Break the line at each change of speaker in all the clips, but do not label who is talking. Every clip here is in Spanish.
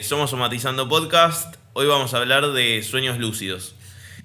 Somos Somatizando Podcast. Hoy vamos a hablar de sueños lúcidos.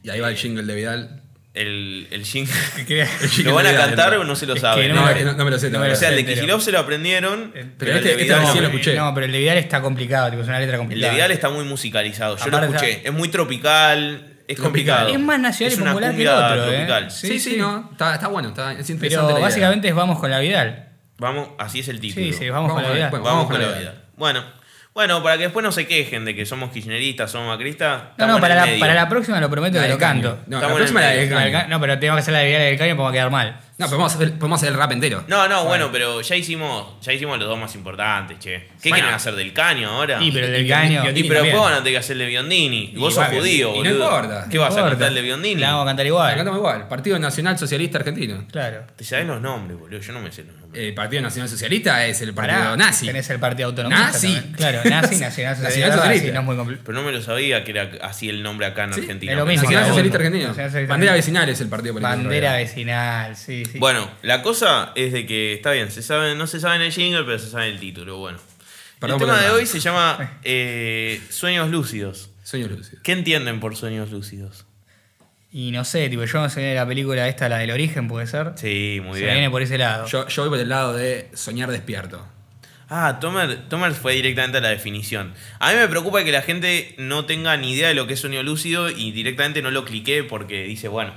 Y ahí va el
Eh,
jingle de Vidal.
El, el jing-
El jingle
¿Lo van
de
a
Vidal,
cantar
¿no?
o no se lo
Es
saben?
que
No, eh, no, no me lo sé.
No
no me
me
o
lo
sea,
sé.
el de
entero.
Kilov se lo aprendieron.
Pero
el
este-
de
este
Vidal
recién
no.
lo escuché.
No, pero el de Vidal está complicado, tipo, es una letra
El
complicada.
de Vidal está muy musicalizado. Yo lo
Aparte-
escuché. Es muy tropical. Es complicado.
Es más nacional
Es
y
una
popular que el
cumbia
otro, ¿eh?
tropical.
Sí,
Sí,
sí,
sí.
no. Está, está bueno, está, es interesante. la
Pero
idea.
básicamente es vamos con la Vidal.
Vamos, así es el título.
Sí, sí, vamos,
Vamos
con la
con-
Vidal.
bueno,
Vamos con la vida. Bueno, bueno, para que después no se quejen de que somos kirchneristas, somos macristas.
no,
estamos
no,
en
para
el
la,
medio.
para la próxima lo prometo
La
que
del
lo
caño.
canto.
No,
Estamos
la
en
próxima
el
la del
medio.
No, el
caño.
ca- no, pero tengo que hacer la de Vidal del Caño porque vamos a quedar mal.
No, pero vamos a hacer, podemos hacer el rap entero.
No, no, bueno, pero ya hicimos, ya hicimos los dos más importantes, che. ¿Qué
Bueno.
quieren hacer del caño ahora?
Sí, pero el del
y-
Caño.
y-
Y
Biondini
pero
también.
después van a tener que hacer el de Biondini. Y vos sos
va,
judío,
Biondini. Y no
boludo.
importa.
¿Qué vas a
Importa.
cantar el de Biondini?
La vamos a cantar
La
igual.
cantamos igual. Partido Nacional Socialista Argentino.
Claro.
Te sabés los nombres, boludo. Yo no me sé los nombres.
El Partido Nacional Socialista es el partido
Pará,
nazi.
Tenés el partido autonomista.
Nazi.
también. Claro, nazi, nacional,
Nacional
socialista. nazi,
socialista.
no es muy complicado.
Pero no me lo sabía que era así el nombre acá en
Sí,
Argentina.
es lo mismo.
Nacional
No,
Socialista
no,
Argentino.
Nacional Socialista
Bandera
Argentino.
Vecinal es el partido político.
Bandera vecinal, sí, sí.
Bueno, la cosa es de que está bien, se saben, no se saben el jingle, pero se saben el título, bueno.
Perdón
el
por
tema
el
de
drama.
hoy se llama eh, Sueños lúcidos.
Sueño lúcido.
¿Qué entienden por sueños lúcidos?
Y no sé, tipo, yo no sé de la película esta, la del origen, puede ser.
Sí, muy
Se
bien.
viene por ese lado.
Yo, yo voy por el lado de soñar despierto.
Ah, Tomer, Tomer fue directamente a la definición. A mí me preocupa que la gente no tenga ni idea de lo que es sueño lúcido y directamente no lo cliqué porque dice, bueno,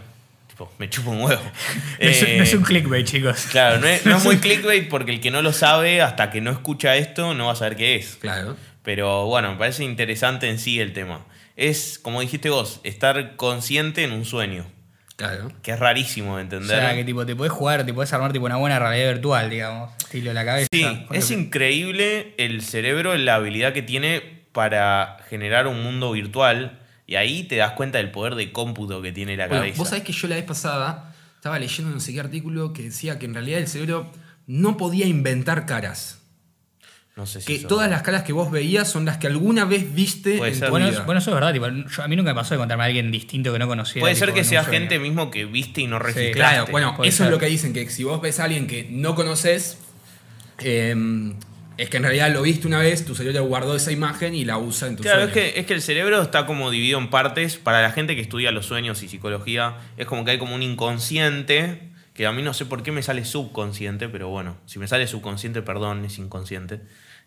tipo, me chupo un huevo.
No es,
Eh,
no es un clickbait, chicos.
Claro, no es, no es muy clickbait porque el que no lo sabe hasta que no escucha esto no va a saber qué es.
Claro.
Pero bueno, me parece interesante en sí el tema. Es, como dijiste vos, estar consciente en un sueño,
Claro.
que es rarísimo de
O
entender.
sea, que tipo, te podés jugar, te podés armar tipo una buena realidad virtual, digamos. Estilo la cabeza.
Sí,
con lo
es
que-
increíble el cerebro, la habilidad que tiene para generar un mundo virtual. Y ahí te das cuenta del poder de cómputo que tiene la
Bueno,
cabeza.
vos sabés que yo la vez pasada estaba leyendo no sé qué artículo que decía que en realidad el cerebro no podía inventar caras.
no sé si
Que
eso-
todas las caras que vos veías son las que alguna vez viste
Puede
en
ser.
tu
Bueno,
vida.
es- bueno, eso es verdad, tipo, yo- a mí nunca me pasó de encontrarme a alguien distinto que no conocía.
Puede
tipo,
ser que
en un
sea
sueño.
gente mismo que viste y no registraste.
claro, bueno,
eh, puede
eso
ser.
es lo que dicen, que si vos ves a alguien que no conoces, eh, es que en realidad lo viste una vez, tu cerebro guardó esa imagen y la usa en tu
Claro, es
sueño.
que, es que el cerebro está como dividido en partes. Para la gente que estudia los sueños y psicología, es como que hay como un inconsciente, que a mí no sé por qué me sale subconsciente, pero bueno, si me sale subconsciente, perdón, es inconsciente.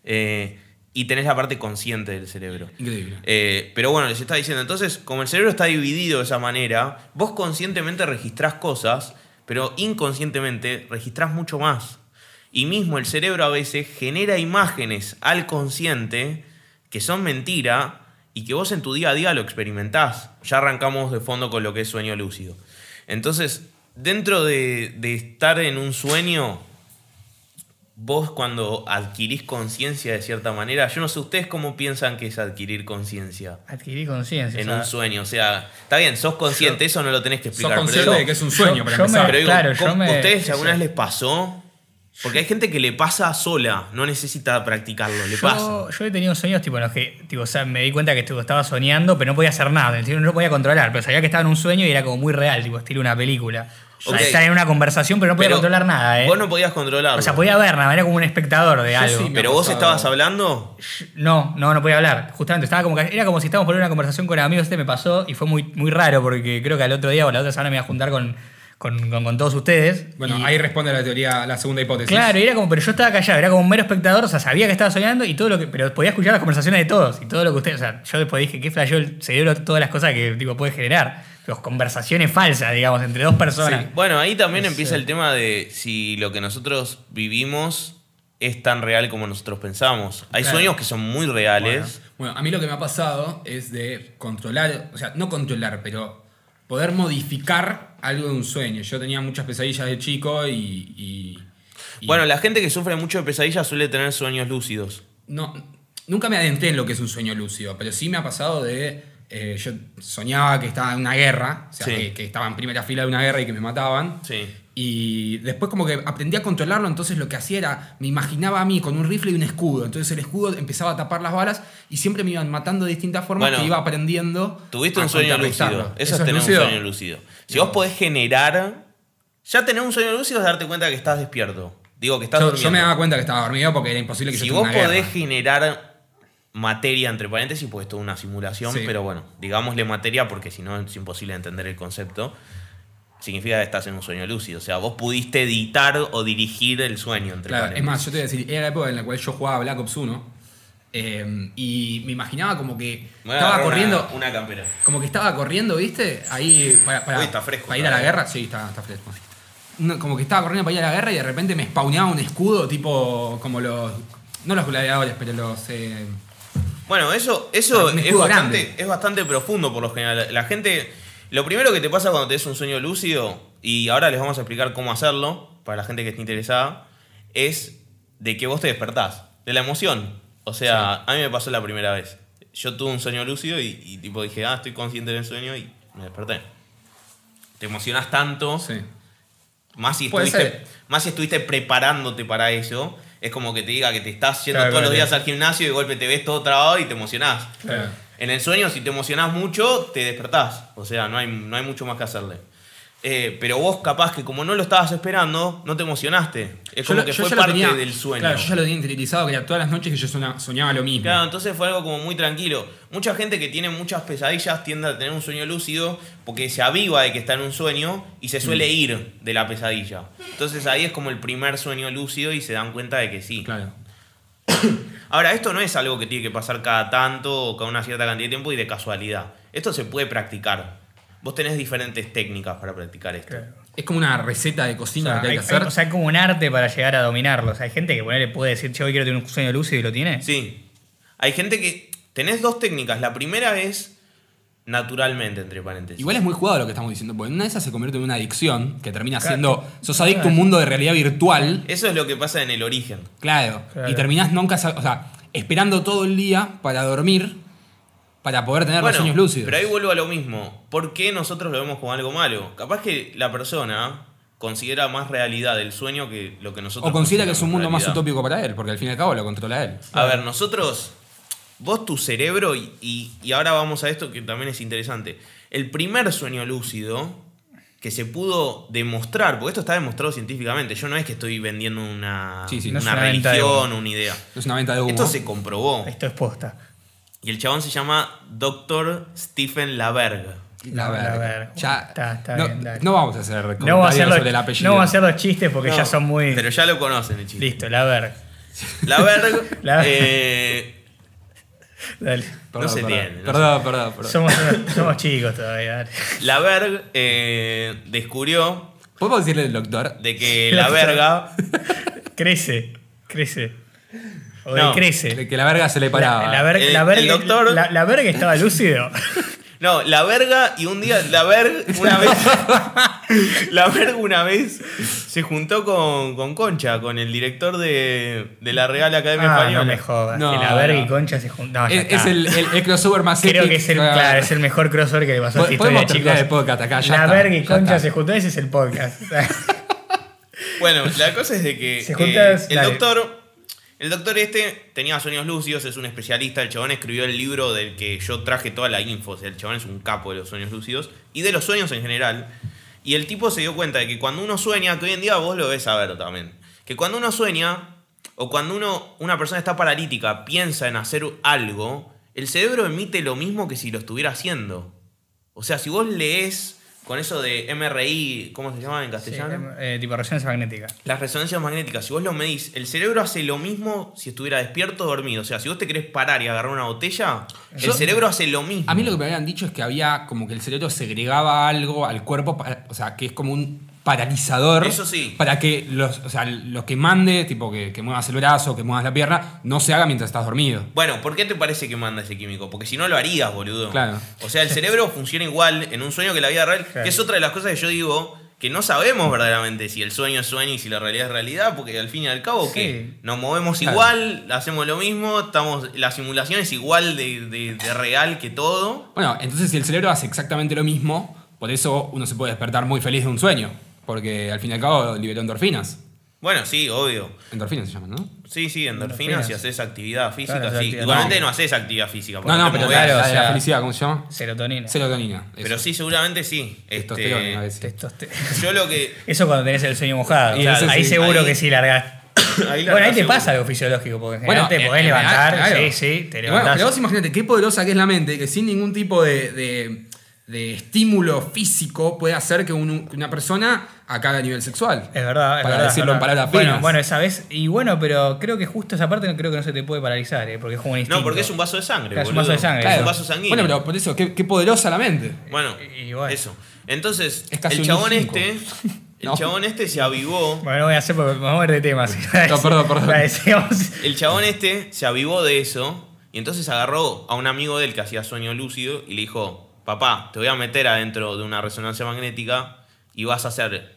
Eh, y tenés la parte consciente del cerebro.
Increíble.
Eh, pero bueno, les está diciendo, entonces, como el cerebro está dividido de esa manera, vos conscientemente registrás cosas, pero inconscientemente registrás mucho más. Y mismo el cerebro a veces genera imágenes al consciente que son mentira y que vos en tu día a día lo experimentás. Ya arrancamos de fondo con lo que es sueño lúcido. Entonces, dentro de, de estar en un sueño, vos cuando adquirís conciencia de cierta manera, yo no sé ustedes cómo piensan que es adquirir conciencia
Adquirí conciencia.
en
o sea,
un sueño. O sea, está bien, sos consciente, eso no lo tenés que
Sos
explicar.
consciente
pero
de que es un sueño
yo-
para
yo me-
empezar.
pero digo,
Claro, yo
¿cómo-
me-
¿ustedes alguna
sí.
vez les pasó? Porque hay gente que le pasa sola, no necesita practicarlo, le pasa.
Yo, yo he tenido sueños tipo en los que, tipo, o sea, me di cuenta que tipo, estaba soñando, pero no podía hacer nada, el cerebro no lo podía controlar, pero sabía que estaba en un sueño y era como muy real, tipo, estilo una película. O sea,
Ok.
estar en una conversación, pero no podía
Pero
controlar nada, ¿eh?
Vos no podías controlarlo.
o sea, podía ver nada, era como un espectador de
Yo
algo.
sí me-
pero
ha
vos
pasado.
estabas hablando.
No, no, no podía hablar. Justamente, estaba como que- era como si estábamos por una conversación con amigos, este me pasó y fue muy, muy raro porque creo que al otro día o la otra semana me iba a juntar con, con, con- con todos ustedes.
Bueno,
y-
ahí responde la teoría, la segunda hipótesis.
Claro, y era como, pero yo estaba callado, era como un mero espectador, o sea, sabía que estaba soñando y todo lo que, pero podía escuchar las conversaciones de todos y todo lo que ustedes, o sea, yo después dije, qué flasheó el cerebro todas las cosas que tipo puede generar, las conversaciones falsas, digamos, entre dos personas.
Bueno, ahí también empieza el tema de si lo que nosotros vivimos es tan real como nosotros pensamos. Hay
Claro.
sueños que son muy reales.
Bueno, a mí lo que me ha pasado es de controlar, o sea, no controlar, pero poder modificar algo de un sueño. Yo tenía muchas pesadillas de chico y. y- y
Bueno, la gente que sufre mucho de pesadillas suele tener sueños lúcidos.
no, nunca me adentré en lo que es un sueño lúcido, pero sí me ha pasado de. eh, yo soñaba que estaba en una guerra, o sea,
Sí.
que, que estaba en primera fila de una guerra y que me mataban.
Sí.
Y después como que aprendí a controlarlo, entonces lo que hacía era, me imaginaba a mí con un rifle y un escudo, entonces el escudo empezaba a tapar las balas y siempre me iban matando de distintas formas
Bueno,
que iba aprendiendo.
Tuviste
a
un sueño
contrarrestarlo.
lúcido. Eso, es tener
lúcido?
un sueño lúcido. Si vos podés generar. Ya tener un sueño lúcido es darte cuenta que estás despierto. Digo que estás
Yo, yo
durmiendo.
me daba cuenta que estaba dormido porque era imposible que
si
yo tuviera
vos
una guerra.
podés generar materia, entre paréntesis, pues es toda una simulación,
Sí.
pero bueno, digámosle materia porque si no es imposible entender el concepto. Significa que estás en un sueño lúcido. O sea, vos pudiste editar o dirigir el sueño, entre
Claro, es
paréntesis.
más, yo te voy a decir, era la época en la cual yo jugaba Black Ops 1 eh, y me imaginaba como que
Me voy a
estaba
agarrar
corriendo,
Una, una campera.
como que estaba corriendo, ¿viste? Ahí para, para-
Uy, está fresco,
para ir a
está
la
bien.
guerra. Sí, está, está fresco. No, como que estaba corriendo para ir a la guerra y de repente me spawneaba un escudo tipo como los... No los gladiadores, pero los... eh,
Bueno, eso, eso
Ah, un
es,
escudo
bastante,
grande.
es bastante profundo por lo general. La gente, lo primero que te pasa cuando tenés un sueño lúcido, y ahora les vamos a explicar cómo hacerlo, para la gente que esté interesada, es de que vos te despertás, de la emoción. O sea, a mí me pasó la primera vez. Yo tuve un sueño lúcido y, y tipo dije, ah, estoy consciente del sueño y me desperté. Te emocionás tanto,
sí.
más, si
Puede
estuviste,
ser.
más si estuviste preparándote para eso. Es como que te diga que te estás yendo
Claro,
todos los
claro.
días al gimnasio y de golpe te ves todo trabado y te emocionás.
Claro.
En el sueño, si te emocionás mucho, te despertás. O sea, no hay, no hay mucho más que hacerle. Eh, pero vos capaz que como no lo estabas esperando, no te emocionaste. Es
Yo
como
lo-
que
yo
fue
ya lo
parte
tenía-
del sueño.
Claro, yo ya lo tenía interiorizado que era todas las noches que yo sona- soñaba lo mismo.
Claro, entonces fue algo como muy tranquilo. Mucha gente que tiene muchas pesadillas tiende a tener un sueño lúcido porque se aviva de que está en un sueño y se
Mm.
suele ir de la pesadilla. Entonces ahí es como el primer sueño lúcido y se dan cuenta de que sí.
Claro.
Ahora, esto no es algo que tiene que pasar cada tanto o cada una cierta cantidad de tiempo y de casualidad. Esto se puede practicar. Vos tenés diferentes técnicas para practicar esto.
Claro.
Es como una receta de cocina
sea,
que hay que
hay-
hacer.
hay- o sea, hay como un arte para llegar a dominarlo. O sea, hay gente que ponele, puede decir, che, hoy quiero tener un sueño lúcido y lo tiene.
Sí. Hay gente que. Tenés dos técnicas. La primera es naturalmente, entre paréntesis.
Igual es muy jugado lo que estamos diciendo, porque en una de esas se convierte en una adicción que termina
Claro.
siendo. Sos adicto a un mundo de realidad virtual,
Eso es lo que pasa en el origen.
claro,
Claro.
y terminás nunca, sab- o sea, esperando todo el día para dormir, para poder tener los sueños lúcidos.
Pero ahí vuelvo a lo mismo. ¿Por qué nosotros lo vemos como algo malo? Capaz que la persona considera más realidad el sueño que lo que nosotros
o considera que es un mundo
consideramos
más
realidad.
utópico para él, porque al fin y al cabo lo controla él.
A ver, nosotros, vos tu cerebro, y, y- y ahora vamos a esto que también es interesante. El primer sueño lúcido que se pudo demostrar, porque esto está demostrado científicamente, yo no es que estoy vendiendo una,
Sí, sí,
una
no es una venta de
religión, una idea.
Es una venta de humo.
Esto se comprobó.
Esto es posta.
Y el chabón se llama Dr. Stephen Laberg.
La
No,
verga.
la verga.
Ya-
Está- está
no,
bien, dale.
no vamos a hacer
No vamos, a
comentarios
hacer los,
sobre el apellido.
no vamos a hacer los chistes porque
No,
ya son muy.
Pero ya lo conocen, el chico.
Listo, la ver.
Laberg.
La-
eh,
Dale.
No se entiende, no
Perdón, perdón, perdón.
Somos, somos chicos todavía. dale.
Laberg eh, descubrió
¿Podemos decirle el doctor?
de que la verga
Crece, crece. O
No,
De
decrece.
que la verga se le Eh, paraba.
La, la verga-
El-
la verga-
el doctor-
la- la verga estaba lúcido.
No, la verga y un día la verga una vez. la verga una vez se juntó con, con Concha, con el director de, de la Real Academia
Ah,
Española.
no me jodas.
No,
que la verga y
no.
concha se juntaban.
es, es el, el- el crossover más
Creo
épico. Ah,
que es el, claro, es el mejor crossover que le pasó a esta
Podemos
historia,
terminar
chicos.
el podcast acá, ya
la
está,
verga y
ya
concha
está.
se juntó, ese es el podcast.
Bueno, la cosa es de que
Se junta-
eh, el
dale.
doctor. El doctor este tenía sueños lúcidos, es un especialista, el chabón escribió el libro del que yo traje toda la info, o sea, el chabón es un capo de los sueños lúcidos y de los sueños en general. Y el tipo se dio cuenta de que cuando uno sueña, que hoy en día vos lo ves a ver también, que cuando uno sueña o cuando uno, una persona está paralítica, piensa en hacer algo, el cerebro emite lo mismo que si lo estuviera haciendo. O sea, si vos lees con eso de MRI, ¿cómo se llama en castellano?
Eh, tipo resonancia magnética.
Las resonancias magnéticas, si vos lo medís, el cerebro hace lo mismo si estuviera despierto o dormido. O sea, si vos te querés parar y agarrar una botella,
Yo-
el cerebro hace lo mismo.
A mí lo que me habían dicho es que había como que el cerebro segregaba algo al cuerpo, para- o sea, que es como un paralizador.
Eso sí.
Para que los, o sea, los que mande, tipo que, que muevas el brazo, que muevas la pierna, no se haga mientras estás dormido.
Bueno, ¿por qué te parece que manda ese químico? Porque si no lo harías, boludo.
Claro.
O sea, el cerebro funciona igual en un sueño que en la vida real,
Claro.
que es otra de las cosas que yo digo que no sabemos verdaderamente si el sueño es sueño y si la realidad es realidad, porque al fin y al cabo,
Sí.
¿qué? Nos movemos
Claro.
igual, hacemos lo mismo, estamos, la simulación es igual de- de- de real que todo.
Bueno, entonces si el cerebro hace exactamente lo mismo, por eso uno se puede despertar muy feliz de un sueño. Porque al fin y al cabo liberó endorfinas.
Bueno, sí, obvio.
Endorfinas se llaman, ¿no?
Sí, sí, endorfinas,
Endorfinas.
si haces actividad física,
Claro,
sí.
actividad-
Igualmente
no.
no haces actividad física. porque
No, no,
te
pero
movés.
claro,
claro,
la,
o
de la
sea,
felicidad, ¿cómo se llama?
Serotonina.
Serotonina. eso.
Pero este, sí, seguramente sí.
Testosterona, a
Este,
veces.
Testoste-
yo lo que.
Eso cuando tenés el sueño mojado.
Y
O sea,
eso
ahí
sí.
seguro
Ahí-
que sí largás
ahí la
Bueno, ahí te
seguro.
pasa algo fisiológico, porque en
Bueno,
general te
en-
podés
en realidad,
levantar.
claro.
Sí, sí, te
Y bueno,
levantás.
pero vos imagínate qué poderosa que es la mente, que sin ningún tipo de, de- de estímulo físico puede hacer que un- que una persona acabe a nivel sexual.
Es verdad, es
Para decirlo
verdad, es
en
verdad.
palabras
Bueno,
finas.
bueno, esa vez. Y bueno, pero creo que justo esa parte no creo que no se te puede paralizar, ¿eh? porque es como un instinto.
No, porque es un vaso de sangre.
Claro, es un
boludo.
vaso de sangre,
Es
claro.
un vaso sanguíneo.
Bueno, pero por eso, qué, qué poderosa la mente.
Bueno,
Y bueno.
eso. Entonces,
Es casi
el
un
chabón
cinco.
este. El
No.
chabón este se avivó.
Bueno, no voy a hacer porque vamos a ver de temas.
No, perdón, perdón.
El chabón este se avivó de eso. Y entonces agarró a un amigo de él que hacía sueño lúcido y le dijo: Papá, te voy a meter adentro de una resonancia magnética y vas a hacer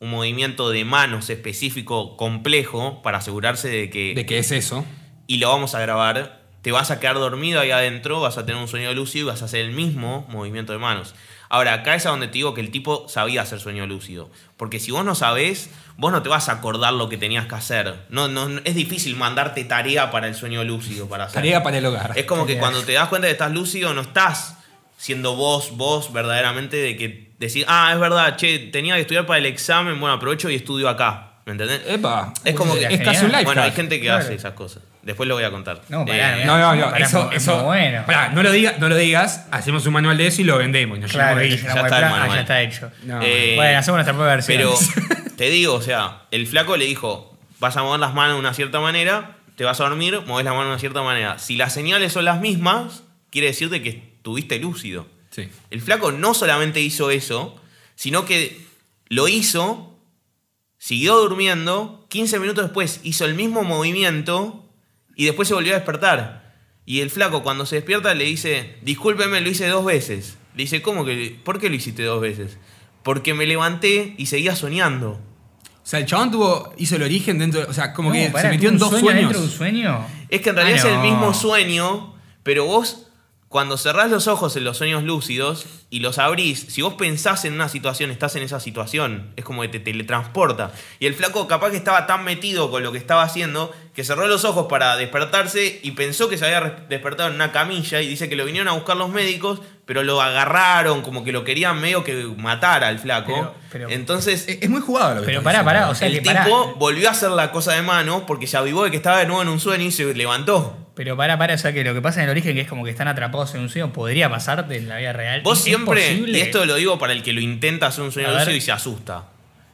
un movimiento de manos específico, complejo, para asegurarse de que.
¿De qué es eso?
y lo vamos a grabar. Te vas a quedar dormido ahí adentro, vas a tener un sueño lúcido y vas a hacer el mismo movimiento de manos. Ahora, acá es a donde te digo que el tipo sabía hacer sueño lúcido. Porque si vos no sabés, vos no te vas a acordar lo que tenías que hacer. No, no, no- es difícil mandarte tarea para el sueño lúcido. Para hacer.
Tarea para el hogar.
Es como que
Tarea.
cuando te das cuenta de que estás lúcido, no estás siendo vos, vos verdaderamente de que decís, ah, es verdad, che, tenía que estudiar para el examen, bueno, aprovecho y estudio acá. ¿Me entendés?
Epa,
Es como que-
es casi un life
Bueno, hay
hack.
gente que
Claro.
hace esas cosas. Después lo voy a contar. Eh,
No, pará,
No, no, no,
Pará,
eso,
es
eso-
muy bueno.
pará, no lo digas, no lo digas, hacemos un manual de eso y lo vendemos. y nos
Claro, y
llenamos
ya
de-
llenamos
está
de
el
plata,
manual.
ya está hecho.
No.
Eh,
bueno, hacemos nuestra propia versión.
Pero te digo, o sea, el flaco le dijo, vas a mover las manos de una cierta manera, te vas a dormir, mueves las manos de una cierta manera. Si las señales son las mismas, quiere decirte que estuviste lúcido.
Sí.
El flaco no solamente hizo eso, sino que lo hizo, siguió durmiendo, 15 minutos después hizo el mismo movimiento y después se volvió a despertar. Y el flaco cuando se despierta le dice, discúlpeme, lo hice dos veces. Le dice, ¿cómo que? ¿Por qué lo hiciste dos veces? Porque me levanté y seguía soñando.
O sea, el chabón tuvo, hizo el origen dentro, de- o sea, como
No,
que
pará,
se metió en
¿tuvo un
dos
sueño
sueños.
dentro de un sueño?
Es que en realidad
Ah,
es el
no.
mismo sueño, pero vos cuando cerrás los ojos en los sueños lúcidos y los abrís, si vos pensás en una situación, estás en esa situación. Es como que te teletransporta. Y el flaco capaz que estaba tan metido con lo que estaba haciendo que cerró los ojos para despertarse y pensó que se había res- despertado en una camilla y dice que lo vinieron a buscar los médicos, pero lo agarraron, como que lo querían medio que matar al flaco.
Pero- pero-
Entonces...
Es, es muy jugado lo que
Pero
estás diciendo.
pará, pará, o sea
el
que
tipo
pará.
volvió a hacer la cosa de mano porque se avivó de que estaba de nuevo en un sueño y se levantó.
Pero pará, pará, o sea que lo que pasa en el origen, que es como que están atrapados en un sueño, podría pasarte en la vida real.
Vos
¿Es
siempre,
posible?
y esto lo digo para el que lo intenta hacer un sueño
A ver.
lúcido y se asusta,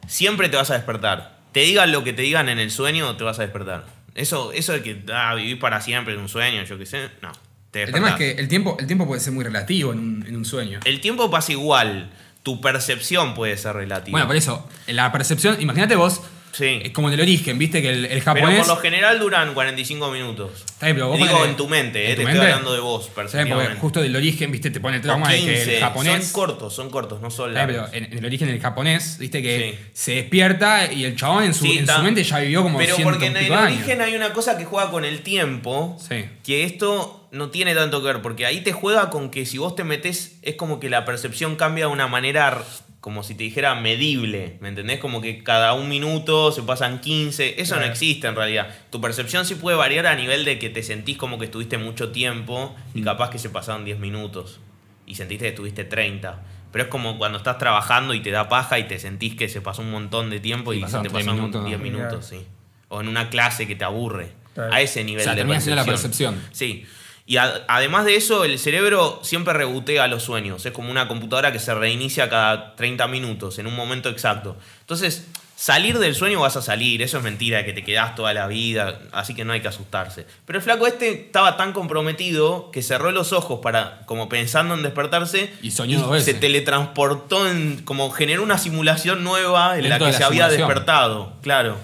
siempre te vas a despertar. Te digan lo que te digan en el sueño, te vas a despertar. Eso, eso de que ah, vivir para siempre en un sueño, yo qué sé, no. Te
El tema es
despertás.
que el tiempo, el tiempo puede ser muy relativo en un, en un sueño.
El tiempo pasa igual, tu percepción puede ser relativa.
Bueno, por eso, la percepción, imagínate vos,
Sí.
es como en el origen, viste que el, el
pero
japonés.
por lo general duran 45 minutos.
Está bien, pero vos
Digo
ponele-
en tu mente,
¿en
eh,
tu
te
mente?
estoy hablando de vos,
¿sabés? Porque
personalmente.
justo del origen, viste, te pone el trauma de que el japonés.
Son cortos, son cortos, no son
Está
largos.
bien, pero en, en el origen del japonés, viste que
Sí.
se despierta y el chabón en su,
Sí,
en
está.
su mente ya vivió como
Pero
ciento
porque en
y
el
pico años.
origen hay una cosa que juega con el tiempo.
Sí.
Que esto no tiene tanto que ver. Porque ahí te juega con que si vos te metes, es como que la percepción cambia de una manera. r- Como si te dijera medible, ¿me entendés? Como que cada un minuto se pasan 15. Eso no
Claro.
existe en realidad. Tu percepción sí puede variar a nivel de que te sentís como que estuviste mucho tiempo y
Mm.
capaz que se pasaron 10 minutos y sentiste que estuviste 30. Pero es como cuando estás trabajando y te da paja y te sentís que se pasó un montón de tiempo
Y
y, se
pasaron
te
tres
pasaron
minutos,
10
¿no?
minutos, sí. O en una clase que te aburre.
Claro.
A ese nivel
O sea,
de
termina siendo la percepción.
Sí. Y a- además de eso, el cerebro siempre rebotea los sueños. Es como una computadora que se reinicia cada 30 minutos, en un momento exacto. Entonces, salir del sueño vas a salir. Eso es mentira, que te quedás toda la vida. Así que no hay que asustarse. Pero el flaco este estaba tan comprometido que cerró los ojos para, como pensando en despertarse.
Y soñó dos veces.
Se teletransportó, en, como generó una simulación nueva en la
Dentro
que
de la
se había
simulación.
despertado. Claro.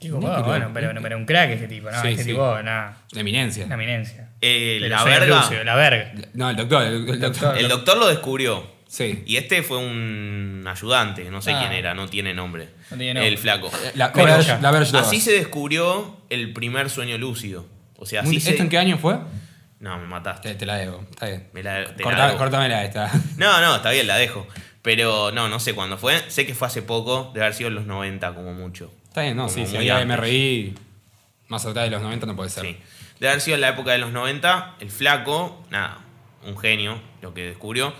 Qué copado, ah, bueno, pero, pero, un crack ese tipo, ¿no?
Sí,
este
sí.
tipo, nada,
La eminencia.
una eminencia.
Eh,
Pero
la
soy
verga.
lúcido, la verga.
No, el doctor, el, el doctor.
El doctor lo descubrió.
Sí.
Y este fue un ayudante, no sé
Ah.
quién era, no tiene nombre.
No tiene nombre.
El flaco.
La,
Pero-
la Verge- la Verge dos.
Así se descubrió el primer sueño lúcido. O sea, así
Muy-
se...
¿Esto en qué año fue?
No, me mataste.
Te, te la debo, está bien.
Me la- te la
Corta,
debo.
cortamela esta.
No, no, está bien, la dejo. Pero no, no sé cuándo fue. Sé que fue hace poco, debe haber sido en los 90 como mucho.
Está bien, no, sí,
Como
si
muy
había
antes.
MRI más atrás de los 90 no puede ser.
Sí. De haber sido en la época de los 90, el flaco, nada, un genio, lo que descubrió.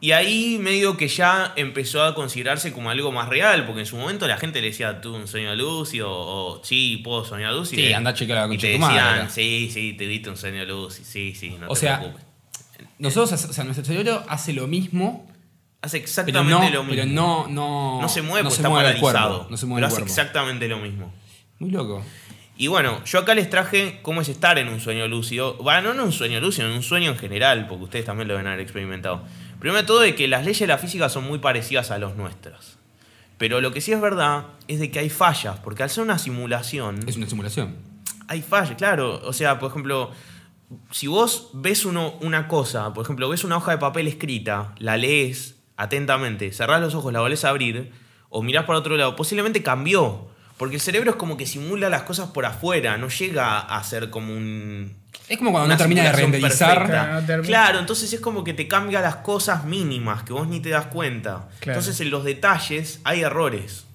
Y ahí medio que ya empezó a considerarse como algo más real, porque en su momento la gente le decía, tú un sueño lúcido, o sí, puedo soñar lúcido.
Sí,
Y-
andá a chequear la
Y
concha
te
de tu madre,
decían,
acá.
sí, sí, tuviste un sueño lúcido, sí, sí, no
O
te
sea,
preocupes.
Nosotros, o sea, nuestro cerebro hace lo mismo,
Hace
pero
exactamente
no,
lo mismo.
pero no, no,
No se mueve
no
porque
se
está
mueve el
paralizado.
cuerpo, no se mueve
pero
el
hace
cuerpo.
exactamente lo mismo.
Muy loco.
Y bueno, yo acá les traje cómo es estar en un sueño lúcido. Bueno, no en un sueño lúcido, en un sueño en general, porque ustedes también lo deben haber experimentado. Primero de todo, de que las leyes de la física son muy parecidas a los nuestras. Pero lo que sí es verdad es de que hay fallas, porque al ser una simulación,
Es una simulación.
hay fallas, claro. O sea, por ejemplo, si vos ves uno, una cosa, por ejemplo, ves una hoja de papel escrita, la lees atentamente, cerrás los ojos, la volvés a abrir, o mirás para otro lado, posiblemente cambió. Porque el cerebro es como que simula las cosas por afuera, no llega a ser como un.
Es como cuando
una
no termina de
simulación
renderizar.
perfecta.
Claro, no termina.
Claro, entonces es como que te cambia las cosas mínimas que vos ni te das cuenta.
Claro.
Entonces en los detalles hay errores.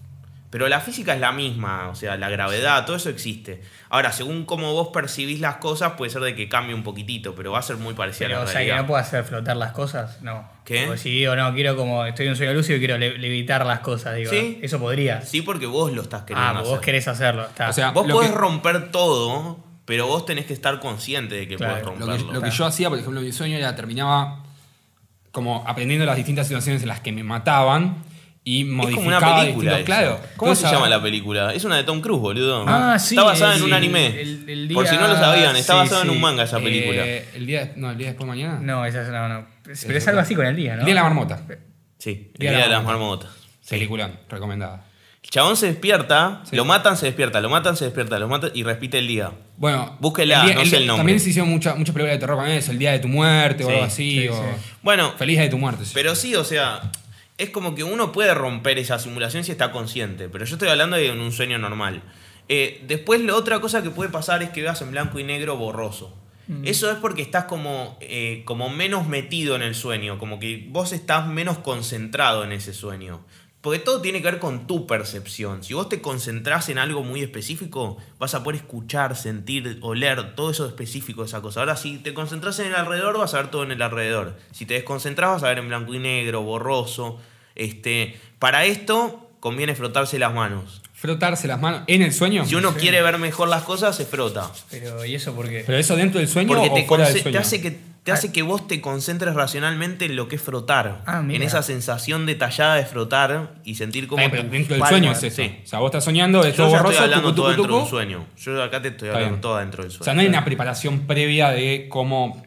Pero la física es la misma, o sea, la gravedad, todo eso existe. Ahora, según cómo vos percibís las cosas, puede ser de que cambie un poquitito, pero va a ser muy parecida
Pero,
a
o
la
sea, que
realidad.
no puedo hacer flotar las cosas, no.
¿Qué?
Como si digo, no, quiero como, estoy en un sueño lúcido y quiero le- levitar las cosas, digo.
Sí.
Eso podría.
Sí, porque vos lo estás queriendo
ah, vos
hacer.
querés hacerlo. Está.
O sea,
Vos
Lo
podés
que-
romper todo, pero vos tenés que estar consciente de que
Claro,
podés
lo
Lo que,
romperlo.
lo que yo hacía, por ejemplo, en mi sueño era terminaba como aprendiendo las distintas situaciones en las que me mataban y
es como una
modificaba
película.
distintos-
esa.
claro.
¿Cómo se
Entonces,
llama la película? Es una de Tom Cruise, boludo.
Ah, sí,
Está basada
el-
en un anime.
el- el
Por si
día-
no lo sabían, está
sí,
basada en
sí.
un manga esa
eh,
película.
el día no, el día después de mañana.
no, esa es una. No. Es- Pero
Es
es algo
otra.
así con el día, ¿no?
El día de la marmota.
Sí, el
Día
día
de
de
la
las marmotas.
Película recomendada.
El chabón se despierta,
Sí.
lo matan, se despierta, lo matan, se despierta, lo matan y repite el día.
Bueno,
Búsquela, no sé el nombre.
También se hicieron mucha- muchas películas de terror con eso, el día de tu muerte o
Sí,
algo así.
sí,
o
sí.
Bueno,
Feliz día de tu muerte. sí.
pero sí, o sea, es como que uno puede romper esa simulación si está consciente, pero yo estoy hablando de un sueño normal. Eh, después, la otra cosa que puede pasar es que veas en blanco y negro borroso. Eso es porque estás como, eh, como menos metido en el sueño, como que vos estás menos concentrado en ese sueño. Porque todo tiene que ver con tu percepción. Si vos te concentrás en algo muy específico, vas a poder escuchar, sentir, oler, todo eso específico de esa cosa. Ahora, si te concentrás en el alrededor, vas a ver todo en el alrededor. Si te desconcentrás, vas a ver en blanco y negro, borroso. Este, para esto, conviene frotarse las manos.
Frotarse las manos en el sueño.
Si uno quiere ver mejor las cosas, se frota.
Pero, ¿y eso por qué?
Pero eso dentro del sueño
Porque
o
te,
fuera
conce-
del
te
sueño. Ah.
hace que, te hace que vos te concentres racionalmente en lo que es frotar.
Ah, mira.
en esa sensación detallada de frotar y sentir como.
Está bien, pero dentro del sueño es eso. O sea, vos estás soñando, es
Yo
todo
ya
borroso,
estoy hablando
tucu,
todo
tucu,
dentro de un
tucu.
sueño. Yo acá te estoy
Está
hablando
bien.
todo dentro del sueño.
O sea, no hay una preparación previa de cómo,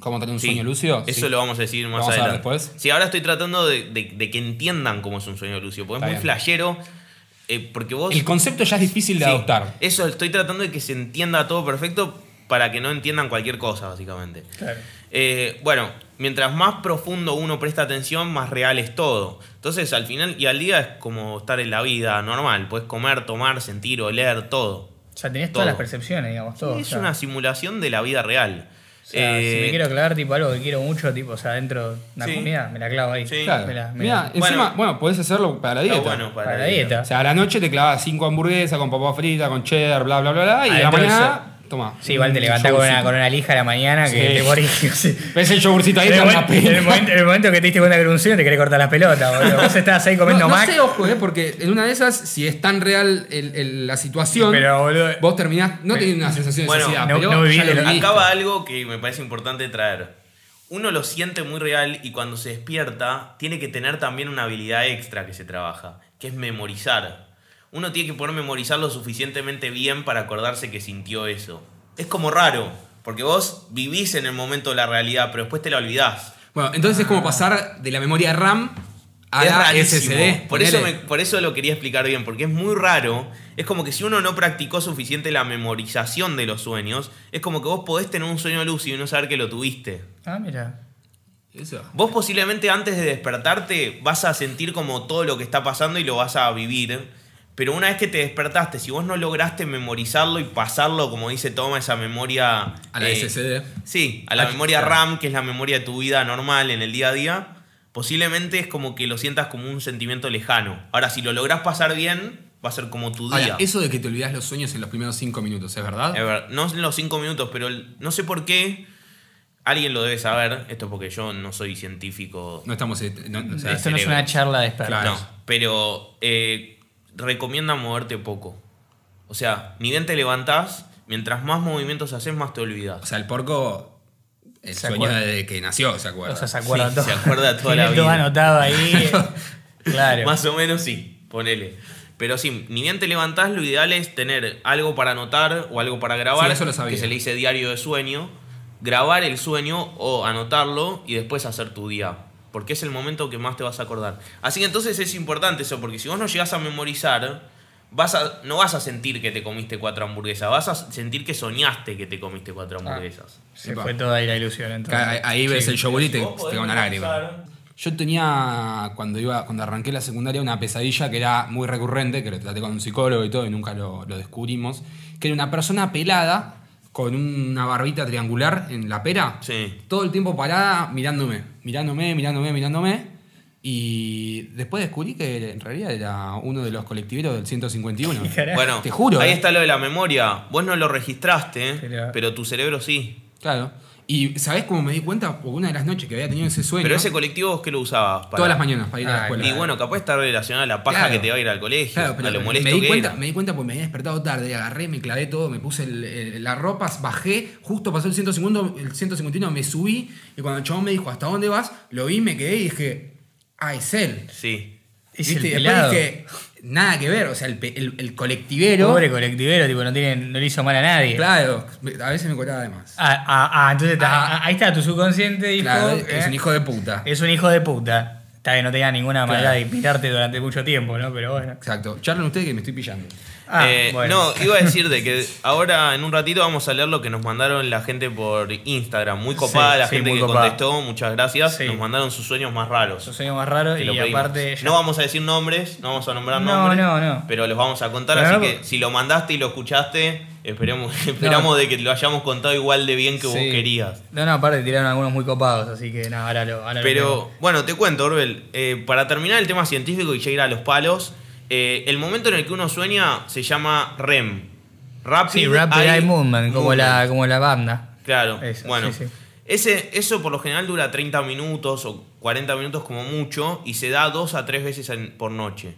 cómo tener un
Sí.
sueño lúcido.
Eso
Sí.
lo vamos a decir más
vamos a ver
adelante.
después.
Sí, ahora estoy tratando de, de- de que entiendan cómo es un sueño lúcido. Porque
Está
es muy
bien.
flashero. eh, porque vos.
El concepto ya es difícil de
Sí,
adoptar.
Eso, estoy tratando de que se entienda todo perfecto para que no entiendan cualquier cosa, básicamente.
Claro.
Eh, bueno, mientras más profundo uno presta atención, más real es todo. Entonces, al final y al día es como estar en la vida normal. Puedes comer, tomar, sentir, oler, todo.
O sea, tenés
Todo.
todas las percepciones, digamos, todo. o
es
sea,
una simulación de la vida real.
o sea,
Eh,
si me quiero clavar tipo algo que quiero mucho, tipo, o sea, dentro de una
Sí.
comida, me la clavo ahí.
Sí.
Claro.
Me la- me
Mirá,
la-
Bueno.
encima, bueno, podés hacerlo para la
está
dieta.
bueno para,
para la
O
dieta.
sea, a la noche te clavas cinco hamburguesas con papa frita, con cheddar, bla, bla, bla, bla. Y a la
Adentro
mañana, toma.
Ah, Sí, igual te
un
levantás con una,
yogurcito.
con una lija a la mañana que
Sí.
te morís. o sea.
Ves el yogurcito ahí,
En
te
el,
da una
momento, en el
pena.
momento- en el momento que te diste cuenta que era un sueño, te querés cortar las pelotas, boludo. Vos estabas ahí comiendo
No, no
Mac,
sé, ojo, eh, porque en una de esas, si es tan real el- el- la situación,
pero boludo.
vos terminás, no teniendo una sensación de
Bueno,
saciedad,
no-
pero
no viví
ya lo
de lo-
viviste.
Acaba algo que me parece importante traer. Uno lo siente muy real y cuando se despierta tiene que tener también una habilidad extra que se trabaja, que es memorizar. Uno tiene que poder memorizar lo suficientemente bien para acordarse que sintió eso. Es como raro, porque vos vivís en el momento de la realidad, pero después te la olvidás.
Bueno, entonces es como pasar de la memoria RAM a
es
la
rarísimo.
SSD.
Por eso,
ponele.
me- por eso lo quería explicar bien, porque es muy raro. Es como que si uno no practicó suficiente la memorización de los sueños, es como que vos podés tener un sueño lúcido y no saber que lo tuviste.
Ah, mira.
Eso.
Vos posiblemente antes de despertarte vas a sentir como todo lo que está pasando y lo vas a vivir. Pero una vez que te despertaste, si vos no lograste memorizarlo y pasarlo, como dice Toma, esa memoria...
A la
eh,
SSD.
Sí, a la
Ah,
memoria
claro.
RAM, que es la memoria de tu vida normal en el día a día, posiblemente es como que lo sientas como un sentimiento lejano. Ahora, si lo lográs pasar bien, va a ser como tu día.
Ahora, eso de que te olvidás los sueños en los primeros cinco minutos, ¿es verdad?
Es verdad, no en los cinco minutos, pero el- no sé por qué. Alguien lo debe saber, esto porque yo no soy científico.
No estamos. eh, no- no, o sea,
Esto no es
cerebro.
una charla de expertos.
Claro.
No, pero eh, recomienda moverte poco. O sea, ni bien te levantás, mientras más movimientos haces, más te
o
olvidas.
sea, el porco. El
Se
sueño
acuerda.
de que nació, ¿se acuerda?
O sea, se acuerda
Sí,
todo.
se acuerda toda la
Tiene todo
vida.
anotado ahí. claro.
Más o menos sí, ponele. Pero sí, ni bien te levantás, lo ideal es tener algo para anotar o algo para grabar,
Sí, eso lo sabía.
que se le dice diario de sueño, grabar el sueño o anotarlo y después hacer tu día, porque es el momento que más te vas a acordar. Así que entonces es importante eso, porque si vos no llegás a memorizar, vas a, no vas a sentir que te comiste cuatro hamburguesas, vas a sentir que soñaste que te comiste cuatro
Ah.
hamburguesas.
se
Epa.
fue toda ahí la ilusión.
Que
Entonces.
ahí, ahí ves el show y
Si
te, te
vos podés
cae una lágrima.
memorizar,
Yo tenía, cuando iba cuando arranqué la secundaria, una pesadilla que era muy recurrente, que lo traté con un psicólogo y todo, y nunca lo, lo descubrimos, que era una persona pelada con una barbita triangular en la pera,
Sí.
todo el tiempo parada mirándome, mirándome, mirándome, mirándome. Y después descubrí que en realidad era uno de los colectiveros del 151.
Bueno,
Te juro,
ahí
eh.
está lo de la memoria. Vos no lo registraste,
Pero-
pero tu cerebro sí.
Claro. Y ¿sabés cómo me di cuenta? Porque una de las noches que había tenido ese sueño,
Pero ese colectivo vos que lo usabas para-
todas las mañanas para ir a la
Ah,
escuela.
Y bueno, capaz está relacionado a la paja
Claro.
que te va a ir al colegio,
Claro, pero
a lo
me-
molesto
me, di
que
cuenta,
era.
me di cuenta porque me había despertado tarde, y agarré, me clavé todo, me puse el- el- las ropas, bajé, justo pasó el 150, el 151, me subí y cuando el chabón me dijo, ¿hasta dónde vas? Lo vi, me quedé y dije, ah, es él.
Sí.
Es
¿Viste?
el
Y
pelado.
después dije, nada que ver, o sea, el, pe- el- el colectivero,
Pobre colectivero, tipo, no, tiene, no le hizo mal a nadie.
claro, me- a veces me colaba de más.
Ah, ah, ah, entonces ta-
Ah.
ah, ahí está, tu subconsciente dijo.
Claro,
eh,
es un hijo de puta.
de puta. Está bien, no tenía ninguna
Claro.
maldad de inspirarte durante mucho tiempo, ¿no? Pero bueno.
Exacto. Charlen ustedes que me estoy pillando.
Ah,
Eh,
bueno.
No, iba a decir de que ahora en un ratito vamos a leer lo que nos mandaron la gente por Instagram. Muy copada
Sí,
la
sí,
gente
muy
que
copada.
contestó, muchas gracias.
Sí.
Nos mandaron sus sueños más raros.
Su sueño más raro
Te
y
lo pedimos.
aparte. ya-
No vamos a decir nombres, no vamos a nombrar
No,
nombres.
no, no.
Pero los vamos a contar,
Pero
así
no-
que si lo mandaste y lo escuchaste, esperemos, esperamos de que lo hayamos contado igual de bien que vos
Sí.
querías.
No, no, aparte tiraron algunos muy copados, así que nada, ahora lo. ahora lo
Pero
tengo.
bueno, te cuento, Orbel. eh, para terminar el tema científico y ya ir a los palos, eh, el momento en el que uno sueña se llama REM. Rapid,
Sí, Rapid Eye, Movement, como la, como la banda.
Claro,
Eso,
bueno.
sí, sí.
Ese, eso por lo general dura 30 minutos o 40 minutos como mucho y se da dos a tres veces en- por noche.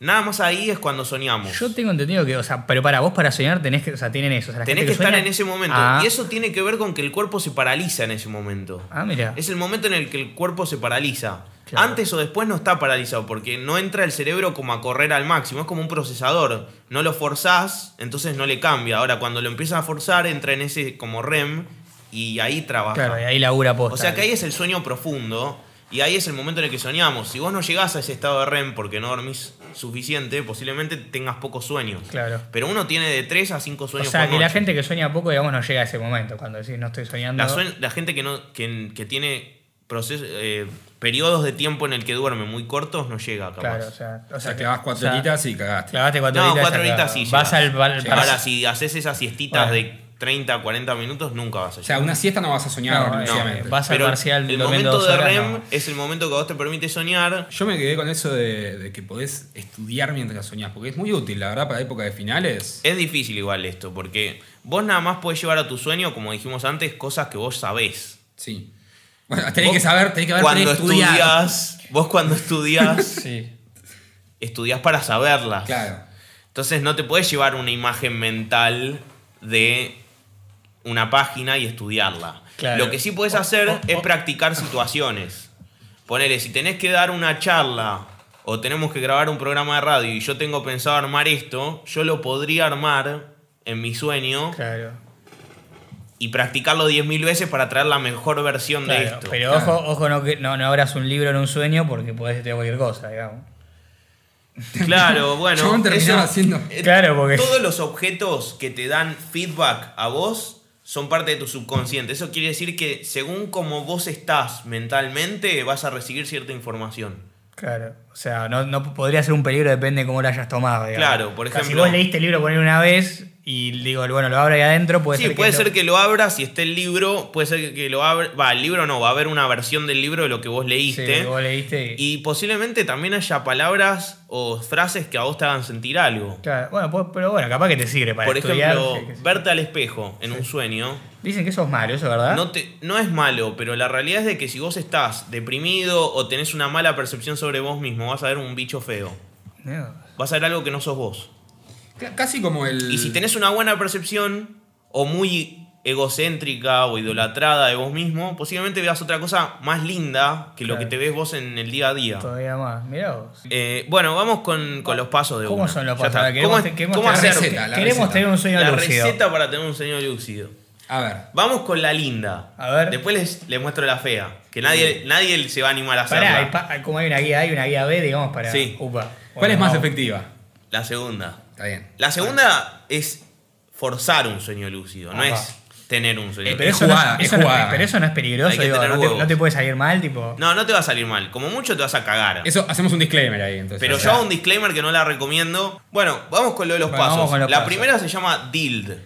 Nada más ahí es cuando soñamos.
Yo tengo entendido que, o sea, pero para vos para soñar tenés que, o sea, tienen eso. o sea, la
Tenés
gente
que estar
sueña-
en ese momento.
Ah,
Y eso tiene que ver con que el cuerpo se paraliza en ese momento.
Ah, mira.
Es el momento en el que el cuerpo se paraliza.
Claro.
Antes o después no está paralizado, porque no entra el cerebro como a correr al máximo. Es como un procesador. No lo forzás, entonces no le cambia. Ahora, cuando lo empiezas a forzar, entra en ese como REM y ahí trabaja.
Claro, y ahí labura posta.
o sea que ahí es el sueño profundo y ahí es el momento en el que soñamos. Si vos no llegás a ese estado de REM porque no dormís suficiente, posiblemente tengas pocos sueños.
Claro.
Pero uno tiene de 3 a 5
O
sueños
sea,
por
que la
noche.
gente que sueña poco, digamos, no llega a ese momento. Cuando decís, no estoy soñando.
La, suen- la gente que, no, que, que tiene proceso- eh, periodos de tiempo en el que duerme muy cortos no llega capaz.
Claro, o sea.
O sea,
que-
clavás cuatro
o sea,
horitas y cagaste.
Clavaste cuatro
no,
horitas.
cuatro
ya
horitas
está.
sí.
Vas
llega.
al. al-
Llega. Ahora,
para-
si haces esas siestitas
Bueno.
de 30, 40 minutos, nunca vas a
O sea,
llegar.
una siesta no vas a soñar,
No, no,
precisamente.
eh, vas al parcial
el
durmiendo
momento
dos
de
horas,
REM
no.
es el momento que a vos te permite soñar.
Yo me quedé con eso de, de que podés estudiar mientras soñás, porque es muy útil, la verdad, para época de finales.
Es difícil igual esto, porque vos nada más podés llevar a tu sueño, como dijimos antes, cosas que vos sabés.
Sí. Bueno, tenés
Vos
que saber, tenés que haber
Cuando
tenés que estudiar.
estudias, vos cuando estudias,
Sí.
estudias para saberlas.
Claro.
Entonces no te puedes llevar una imagen mental de una página y estudiarla.
Claro.
Lo que sí puedes hacer es practicar situaciones. Ponele, si tenés que dar una charla o tenemos que grabar un programa de radio y yo tengo pensado armar esto, yo lo podría armar en mi sueño
Claro.
y practicarlo 10.000 veces para traer la mejor versión de
Claro,
esto.
pero
claro.
ojo, ojo no, que- no, no abras un libro en un sueño porque podés estudiar cualquier cosa, digamos.
Claro,
Yo
bueno.
me terminaba haciendo-
Claro, porque-
Todos los objetos que te dan feedback a vos son parte de tu subconsciente. Eso quiere decir que según como vos estás mentalmente, vas a recibir cierta información.
Claro. O sea, no, no podría ser un peligro, depende de cómo lo hayas tomado. digamos.
Claro, por
O sea,
ejemplo-
si vos leíste el libro poner una vez y digo, bueno, lo abro ahí adentro, puede
sí,
ser. que
puede
lo-
ser que lo abras y esté el libro, puede ser que- que lo abras. Va, el libro no, va a haber una versión del libro de lo que vos leíste.
Sí, vos leíste. y-
Y posiblemente también haya palabras o frases que a vos te hagan sentir algo.
Claro, bueno, pues- pero bueno, capaz que te sirve para
Por
estudiar.
ejemplo,
que- que-
verte al espejo en un sueño
Dicen que eso es malo, eso es verdad.
No, te- no es malo, pero la realidad es de que si vos estás deprimido o tenés una mala percepción sobre vos mismo, vas a ver un bicho feo.
No.
Vas a ver algo que no sos vos.
C- Casi como el.
Mm.
Y si tenés una buena percepción o muy egocéntrica o idolatrada de vos mismo, posiblemente veas otra cosa más linda que lo
Claro.
que te ves vos en el día a día.
Todavía más. Mirá vos.
Eh, bueno, vamos con, con los pasos de
¿Cómo
una.
son
Ya
los pasos?
está.
A ver, Queremos,
¿Cómo, es-
queremos
cómo
tener-
hacer
receta, la
queremos
receta.
tener un sueño
la
lúcido.
receta para tener un sueño lúcido?
A ver.
Vamos con la linda.
A ver.
Después les, les muestro la fea. Que nadie, nadie se va a animar a hacerla.
Pará, hay pa- hay- como hay una guía A y una guía B, digamos, para.
Sí.
Upa.
¿Cuál
Bueno,
es más
vamos.
efectiva?
La segunda.
Está bien.
La segunda es forzar un sueño lúcido. No
Ajá.
es tener un sueño
Eh,
lúcido.
pero,
Es
eso
jugada,
no,
es
eso no-
jugada.
pero eso no es peligroso,
Hay que
digo,
tener
no, te,
huevos.
no te puede salir mal, tipo.
No, no te va a salir mal. Como mucho te vas a cagar.
Eso, hacemos un disclaimer ahí entonces.
Pero
O
yo
sea,
hago un disclaimer que no la recomiendo. Bueno, vamos con lo de los
Bueno, vamos
pasos.
con los
la
pasos.
primera se llama DILD.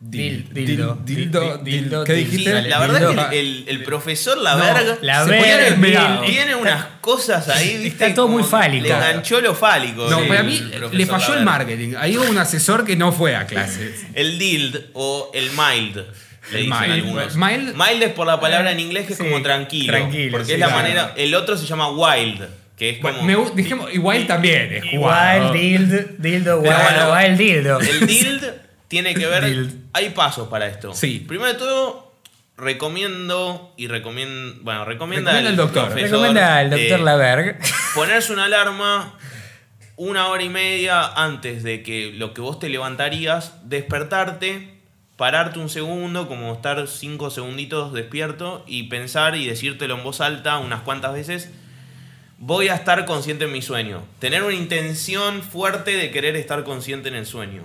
dil-
Dil- dildo.
Dildo.
Dil- dildo,
¿Qué
dil-
Sí,
dijiste?
la verdad
Dildo.
es que el, el- el profesor, la
No,
verga,
la
se ponía
verga,
en el
mirado.
perfil, tiene unas cosas ahí,
Está
¿viste?
todo muy
Como
fálico.
Le enganchó lo fálico.
No,
el
para mí le
profesor,
falló
la
el
verga.
marketing. Ahí hubo un asesor que no fue a clases.
El DILD o el mild. Le
El
dicen
mild.
algunos.
Mild- eh,
es por la palabra en inglés que es
Sí,
como tranquilo.
tranquilo,
porque
sí,
es la
claro.
manera. El otro se llama wild, que es como.
Me gu- dijimos, igual también es
Igual
jugado.
dildo, dildo,
Pero
wild,
bueno,
wild dildo.
El DILD tiene que ver.
Dild.
Hay pasos para esto.
Sí.
Primero de todo, recomiendo y recomiendo. Bueno, recomienda.
Recomienda
el
al doctor.
profesor,
Recomienda al doctor
eh,
Laberg.
Ponerse una alarma una hora y media antes de que lo que vos te levantarías, despertarte, pararte un segundo, como estar cinco segunditos despierto y pensar y decírtelo en voz alta unas cuantas veces. Voy a estar consciente en mi sueño. Tener una intención fuerte de querer estar consciente en el sueño.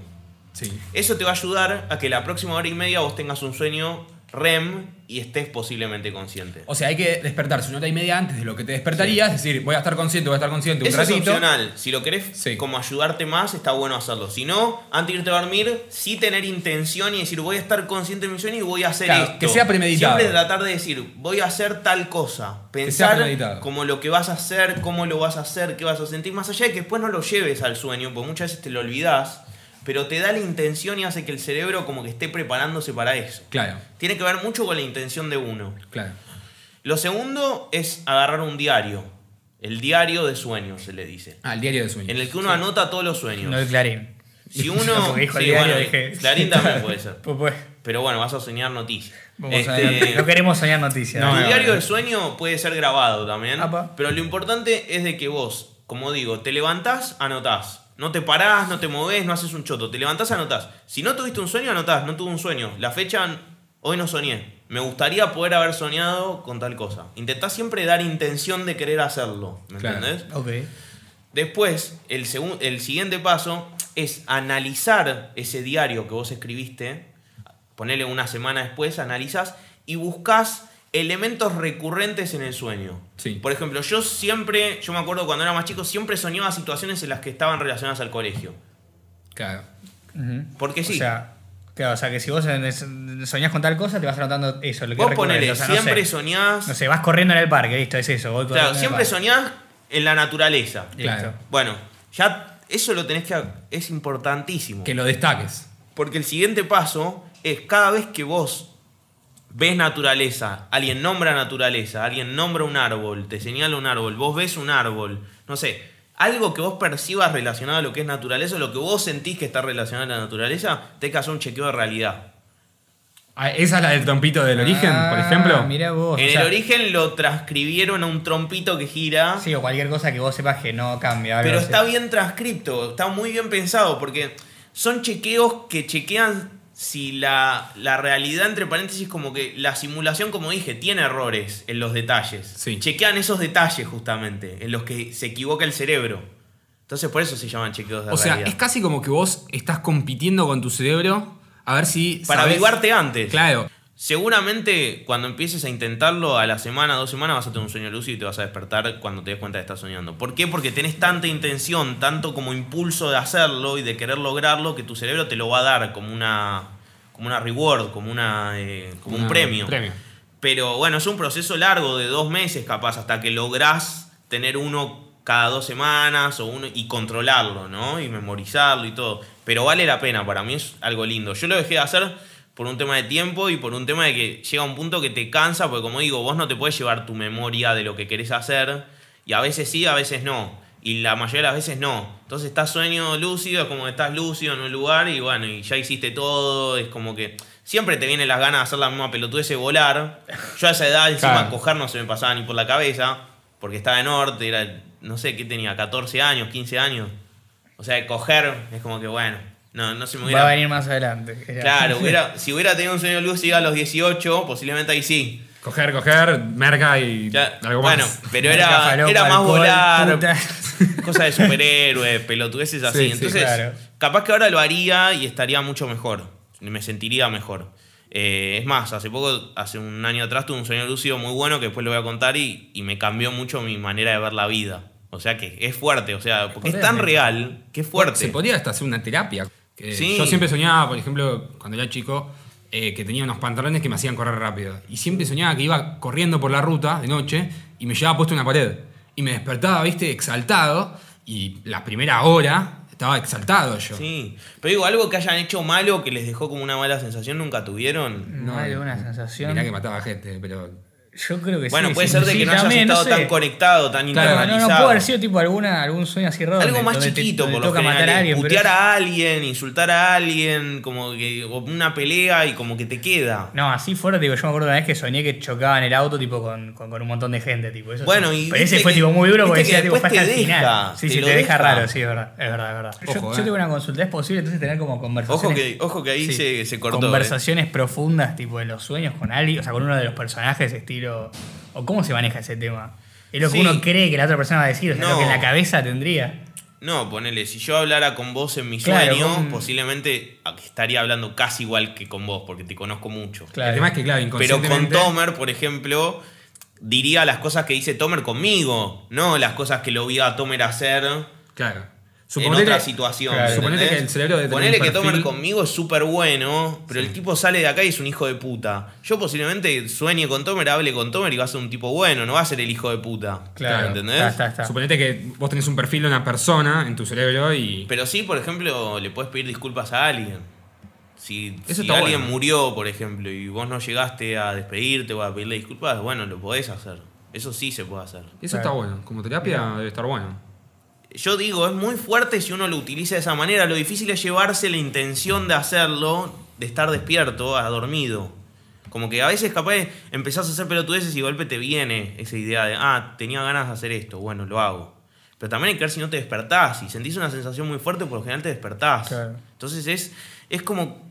Sí.
Eso te va a ayudar a que la próxima hora y media vos tengas un sueño REM y estés posiblemente consciente.
O sea, hay que despertarse una hora y media antes de lo que te despertarías. Es decir, voy a estar consciente, voy a estar consciente un
Eso es
ratito.
opcional. Si lo querés
Sí.
como ayudarte más, está bueno hacerlo. Si no, antes de irte a dormir, sí tener intención y decir, voy a estar consciente de mi sueño y voy a hacer
Claro,
esto.
que sea premeditado.
Siempre tratar de decir, voy a hacer tal cosa.
sea
Pensar
premeditado.
como lo que vas a hacer, cómo lo vas a hacer, qué vas a sentir. Más allá de que después no lo lleves al sueño, porque muchas veces te lo olvidás, pero te da la intención y hace que el cerebro como que esté preparándose para eso.
Claro,
Tiene que ver mucho con la intención de uno.
claro.
Lo segundo es agarrar un diario. El diario de sueños, se le dice.
Ah, el diario de sueños.
En el que uno anota todos los sueños.
No el clarín.
Si uno.
Porque dijo el
sí,
diario,
bueno,
dije-
Clarín también puede ser.
Pues, pues,
Pero bueno, vas a soñar noticias.
vamos a
Este,
ver. No queremos soñar noticias.
No,
tu
no,
diario
no.
de sueño puede ser grabado también.
Apa.
Pero lo importante es de que vos, como digo, te levantás, anotás. No te parás, no te movés, no haces un choto. Te levantás, anotás. Si no tuviste un sueño, anotás. No tuve un sueño. La fecha, n- hoy no soñé. Me gustaría poder haber soñado con tal cosa. Intentás siempre dar intención de querer hacerlo. ¿Me
Claro.
entendés?
Ok.
Después, el, segun- el siguiente paso es analizar ese diario que vos escribiste, ponele una semana después, analizás y buscas elementos recurrentes en el sueño.
Sí.
Por ejemplo, yo siempre, yo me acuerdo cuando era más chico, siempre soñaba situaciones en las que estaban relacionadas al colegio.
Claro.
Ujú.
Porque sí,
O sea, claro, o sea que si vos en- soñás con tal cosa, te vas anotando eso, lo que
vos
es recurrente,
ponele,
o sea, no
siempre
sé.
soñás,
No sé, vas corriendo en el parque, listo, es eso. voy
o sea,
corriendo en el
siempre
parque.
soñás en la naturaleza.
Claro.
Bueno, ya eso lo tenés que, es importantísimo.
Que lo destaques.
Porque el siguiente paso es cada vez que vos ves naturaleza, alguien nombra naturaleza, alguien nombra un árbol, te señala un árbol, vos ves un árbol, no sé, algo que vos percibas relacionado a lo que es naturaleza, lo que vos sentís que está relacionado a la naturaleza, tenés que hacer un chequeo de realidad.
Ah, ¿Esa es la del trompito del origen, por
Ah,
ejemplo?
Mirá vos.
en
o sea,
el origen lo transcribieron a un trompito que gira.
Sí, o cualquier cosa que vos sepas que no cambia. algo
Pero
así.
está bien transcripto, está muy bien pensado, porque son chequeos que chequean si la, la realidad, entre paréntesis, como que la simulación, como dije, tiene errores en los detalles.
Sí.
Chequean esos detalles justamente, en los que se equivoca el cerebro. Entonces por eso se llaman chequeos de
O sea,
realidad.
es casi como que vos estás compitiendo con tu cerebro a ver si.
Para
sabés-
avivarte antes.
Claro.
Seguramente cuando empieces a intentarlo a la semana, dos semanas, vas a tener un sueño lúcido y te vas a despertar cuando te des cuenta de que estás soñando. ¿Por qué? Porque tenés tanta intención, tanto como impulso de hacerlo y de querer lograrlo que tu cerebro te lo va a dar como una, como una reward, como, una, eh, como un
Una-
premio.
premio.
Pero bueno, es un proceso largo de dos meses capaz hasta que lográs tener uno cada dos semanas o uno y controlarlo, ¿no? Y memorizarlo y todo. Pero vale la pena, para mí es algo lindo. Yo lo dejé de hacer por un tema de tiempo y por un tema de que llega un punto que te cansa, porque como digo, vos no te puedes llevar tu memoria de lo que querés hacer, y a veces sí, a veces no, y la mayoría de las veces no. Entonces estás sueño lúcido, es como que estás lúcido en un lugar y bueno, y ya hiciste todo, es como que siempre te vienen las ganas de hacer la misma pelotudez de volar. Yo a esa edad encima
Claro.
coger no se me pasaba ni por la cabeza, porque estaba en norte, era, no sé, ¿qué tenía? 14 años, 15 años. O sea, coger es como que bueno, no, no se me hubiera
Va a venir más adelante.
Claro, hubiera- si hubiera tenido un sueño lúcido a los 18, posiblemente ahí sí.
Coger, coger, merca y
Ya-
algo más.
bueno, pero
Merca,
era,
falopa,
era más
alcohol,
volar,
puta.
cosas de superhéroes, pelotudeces así.
Sí, sí,
Entonces,
claro.
capaz que ahora lo haría y estaría mucho mejor. Me sentiría mejor. Eh, es más, hace poco, hace un año atrás, tuve un sueño lúcido muy bueno que después lo voy a contar y, y me cambió mucho mi manera de ver la vida. O sea que es fuerte, o sea, porque es tan
Potente.
real que es fuerte.
Se podría hasta hacer una terapia. Que
Sí.
Yo siempre soñaba, por ejemplo, cuando era chico, eh, que tenía unos pantalones que me hacían correr rápido. Y siempre soñaba que iba corriendo por la ruta de noche y me llevaba puesto una pared. Y me despertaba, viste, exaltado. Y la primera hora estaba exaltado yo.
Sí, pero digo, algo que hayan hecho malo que les dejó como una mala sensación, nunca tuvieron.
No hay una sensación.
Mirá que mataba gente, pero.
Yo creo que
Bueno,
Pues sí.
puede
sí,
ser de
sí,
que no hayas
también,
estado
sé.
tan conectado, tan
Claro,
No, no, no
internalizado.
puede haber sido tipo alguna, algún sueño así raro.
Algo
donde-
más
donde te-
chiquito,
donde
por lo
toca matar a
general.
alguien. pero
putear
es-
a alguien, insultar a alguien, como que o una pelea y como que te queda.
No, así fuera, digo, yo me acuerdo una vez que soñé que chocaba en el auto, tipo, con, con, con un montón de gente, tipo. Eso
Bueno,
sí.
y
Pero
viste
ese fue,
que-
tipo, muy duro
viste
porque
que
decía, tipo, fue
después
hasta el
te deja,
final. Sí,
te
sí,
lo
te deja
deja.
raro, sí, es verdad, es verdad, es verdad. Yo-
Ojo,
yo,
eh.
tengo una consulta, es posible entonces tener como conversaciones.
Ojo que, ojo que ahí
sí,
se, se cortó. eh.
Conversaciones profundas, tipo, de los sueños con alguien, o sea, con uno de los personajes, estilo. ¿O cómo se maneja ese tema? Es lo que
Sí.
uno cree que la otra persona va a decir, o sea,
No.
lo que en la cabeza tendría.
No, ponele, si yo hablara con vos en mi
Claro,
sueño,
con-
posiblemente estaría hablando casi igual que con vos, porque te conozco mucho.
El tema es que, claro,
Pero con
inconscientemente.
Tomer, por ejemplo, diría las cosas que dice Tomer conmigo, no las cosas que lo vi a Tomer hacer
Claro.
en
Suponete-
otra situación.
claro.
¿entendés?
Suponete que el cerebro debe tener
Ponele
un
que
perfil-
Tomer conmigo es súper bueno, pero el tipo sale de acá y es un hijo de puta. Yo posiblemente sueñe con Tomer, hable con Tomer y va a ser un tipo bueno, no va a ser el hijo de puta.
Claro,
¿Entendés?
está, está, está.
Suponete que vos tenés un perfil de una persona en tu cerebro y.
Pero sí, por ejemplo, le puedes pedir disculpas a alguien. Si,
Eso
si
está
alguien
bueno.
murió, por ejemplo, y vos no llegaste a despedirte o a pedirle disculpas, bueno, lo podés hacer. Eso sí se puede hacer.
Eso
Claro.
está bueno. Como terapia debe estar bueno.
Yo digo, es muy fuerte si uno lo utiliza de esa manera. Lo difícil es llevarse la intención de hacerlo, de estar despierto, a dormido. Como que a veces capaz empezás a hacer pelotudeces y de golpe te viene esa idea de, ah, tenía ganas de hacer esto, bueno, lo hago. Pero también hay que ver si no te despertás. Si sentís una sensación muy fuerte, por lo general te despertás.
Claro.
Entonces es, es como,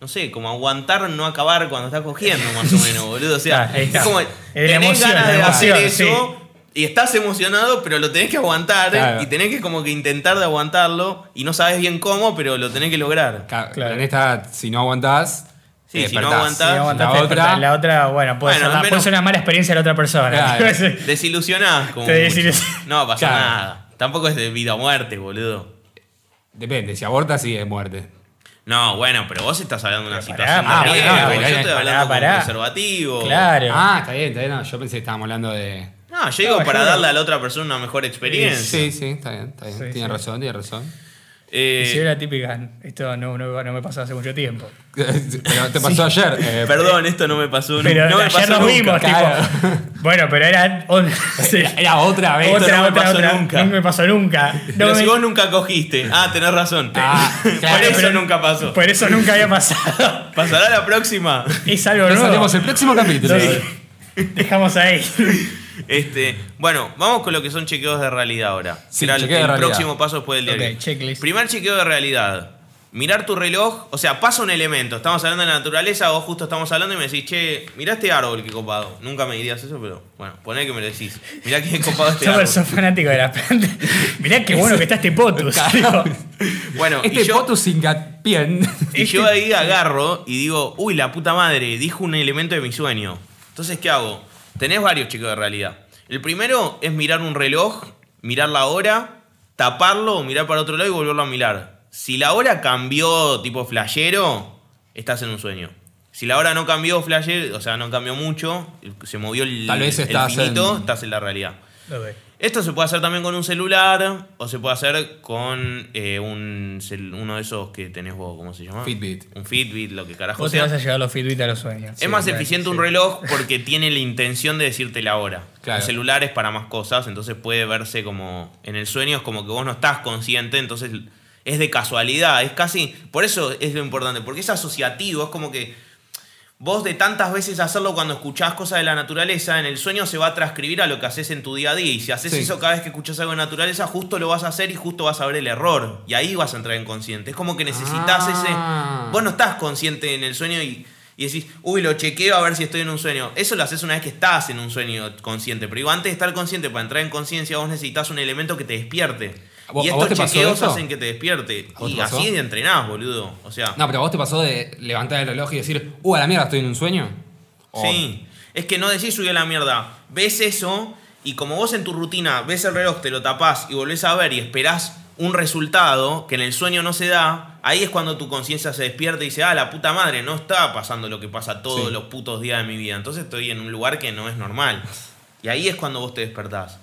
no sé, como aguantar no acabar cuando estás cogiendo, más o menos, boludo. O sea,
Ah, ahí está.
es como,
Es la
tenés
emoción,
ganas
la
de hacer
emoción,
eso, y estás emocionado, pero lo tenés que aguantar ¿eh?
Claro.
y tenés que como que intentar de aguantarlo y no sabes bien cómo, pero lo tenés que lograr.
Claro.
Claro.
En esta, si no aguantás.
Sí,
te
si no
despertás.
aguantás-
Si aguantaste,
La
despertar.
otra.
La otra, bueno, puede,
Bueno,
ser, la-
al menos-
puede ser una mala experiencia de la otra persona.
Claro.
Desilusionás como
Te
mucho.
desilusionás.
No pasa
Claro.
nada. Tampoco es de vida o muerte, boludo.
Depende, si abortas, sí es muerte.
No, bueno, pero vos estás hablando de una
Pero
situación
pará,
de
pará,
riesgo,
pará,
yo estoy
pará,
hablando con
pará.
preservativo.
Claro.
Ah, está bien, está bien. No, yo pensé que estábamos hablando de.
No, yo digo
No,
para
yo-
darle a la otra persona una mejor experiencia.
Sí, sí, está bien, está bien.
Sí,
tiene
sí.
razón, tiene razón.
Eh,
Y si era típica, esto no, no, no me pasó hace mucho tiempo.
Pero te pasó ayer. eh,
perdón, esto no me pasó nunca.
Pero
no me
ayer
pasó
nos
nunca.
vimos,
claro.
tipo. Bueno, pero era. on- sí.
Era otra vez.
Esto
otra,
no me
otra,
pasó
otra.
nunca.
No me pasó nunca. No
Pero
me-
si vos nunca cogiste. Ah, tenés razón.
Ah,
Por
claro,
eso
pero-
nunca pasó.
Por eso nunca había pasado.
¿Pasará la próxima?
Es algo
Nos
nuevo.
vemos el próximo capítulo.
Sí. Dejamos ahí.
Este, bueno, vamos con lo que son chequeos de realidad ahora.
Sí,
Será el,
chequeo de
el
realidad.
próximo paso después del
Ok,
diario.
checklist.
Primer chequeo de realidad. Mirar tu reloj, o sea, pasa un elemento. Estamos hablando de la naturaleza, vos justo estamos hablando y me decís, che, mirá este árbol que copado. Nunca me dirías eso, pero bueno, poné que me lo decís. Mirá que copado este
Yo
árbol.
soy fanático de las plantas. Mirá qué bueno que está este potus. digo.
Bueno, y
Este
yo-
foto sin gatpien.
Y yo ahí agarro y digo, uy, la puta madre, dijo un elemento de mi sueño. Entonces, ¿qué hago? Tenés varios chicos de realidad. El primero es mirar un reloj, mirar la hora, taparlo o mirar para otro lado y volverlo a mirar. Si la hora cambió tipo flashero, estás en un sueño. Si la hora no cambió flasher, o sea, no cambió mucho, se movió el,
Tal vez
el
estás
finito,
en-
estás en la realidad.
Ok.
Esto se puede hacer también con un celular o se puede hacer con eh, un cel- uno de esos que tenés vos, ¿cómo se llama?
Fitbit.
Un Fitbit, lo que carajo
Vos te
sea.
vas a llevar los Fitbit a los sueños.
Es más eficiente un reloj porque tiene la intención de decirte la hora.
Claro.
El celular es para más cosas, entonces puede verse como en el sueño, es como que vos no estás consciente, entonces es de casualidad, es casi... Por eso es lo importante, porque es asociativo, es como que vos de tantas veces hacerlo cuando escuchás cosas de la naturaleza, en el sueño se va a transcribir a lo que haces en tu día a día, y si haces
Sí.
eso cada vez que escuchás algo de naturaleza, justo lo vas a hacer y justo vas a ver el error, y ahí vas a entrar inconsciente. Es como que necesitas
Ah.
ese... Vos no estás consciente en el sueño y, y decís, uy, lo chequeo a ver si estoy en un sueño. Eso lo haces una vez que estás en un sueño consciente. Pero digo, antes de estar consciente, para entrar en conciencia, vos necesitas un elemento que te despierte.
¿A vos-
Y
a vos
estos
te pasó
chequeos
eso?
hacen que te despierte.
¿A vos
Y
te pasó?
así entrenás, boludo. O sea,
No, pero a vos te pasó de levantar el reloj y decir, uh, a la mierda, estoy en un sueño. O-
sí. Es que no decís, uy, a la mierda. Ves eso y como vos en tu rutina ves el reloj, te lo tapás y volvés a ver y esperás un resultado que en el sueño no se da, ahí es cuando tu conciencia se despierta y dice, ah, la puta madre, no está pasando lo que pasa todos
Sí.
los putos días de mi vida. Entonces estoy en un lugar que no es normal. Y ahí es cuando vos te despertás.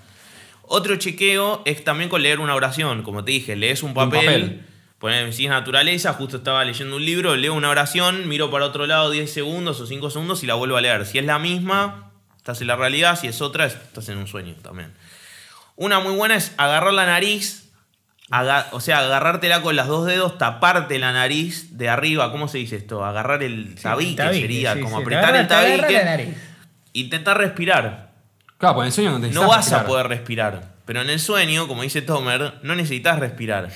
Otro chequeo es también con leer una oración. Como te dije, lees un papel.
papel.
Poner si es naturaleza, justo estaba leyendo un libro, leo una oración, miro para otro lado 10 segundos o 5 segundos y la vuelvo a leer. Si es la misma, estás en la realidad, si es otra, estás en un sueño también. Una muy buena es agarrar la nariz, aga- o sea, agarrártela con los dos dedos, taparte la nariz de arriba, ¿cómo se dice esto? Agarrar el tabique, sería,
sí,
como
sí.
apretar
Te
el
agarra- te agarra la
tabique. e
nariz.
Intentar respirar.
Claro, pues en el sueño no te
No vas a poder respirar. Pero en el sueño, como dice Tomer, no necesitas respirar.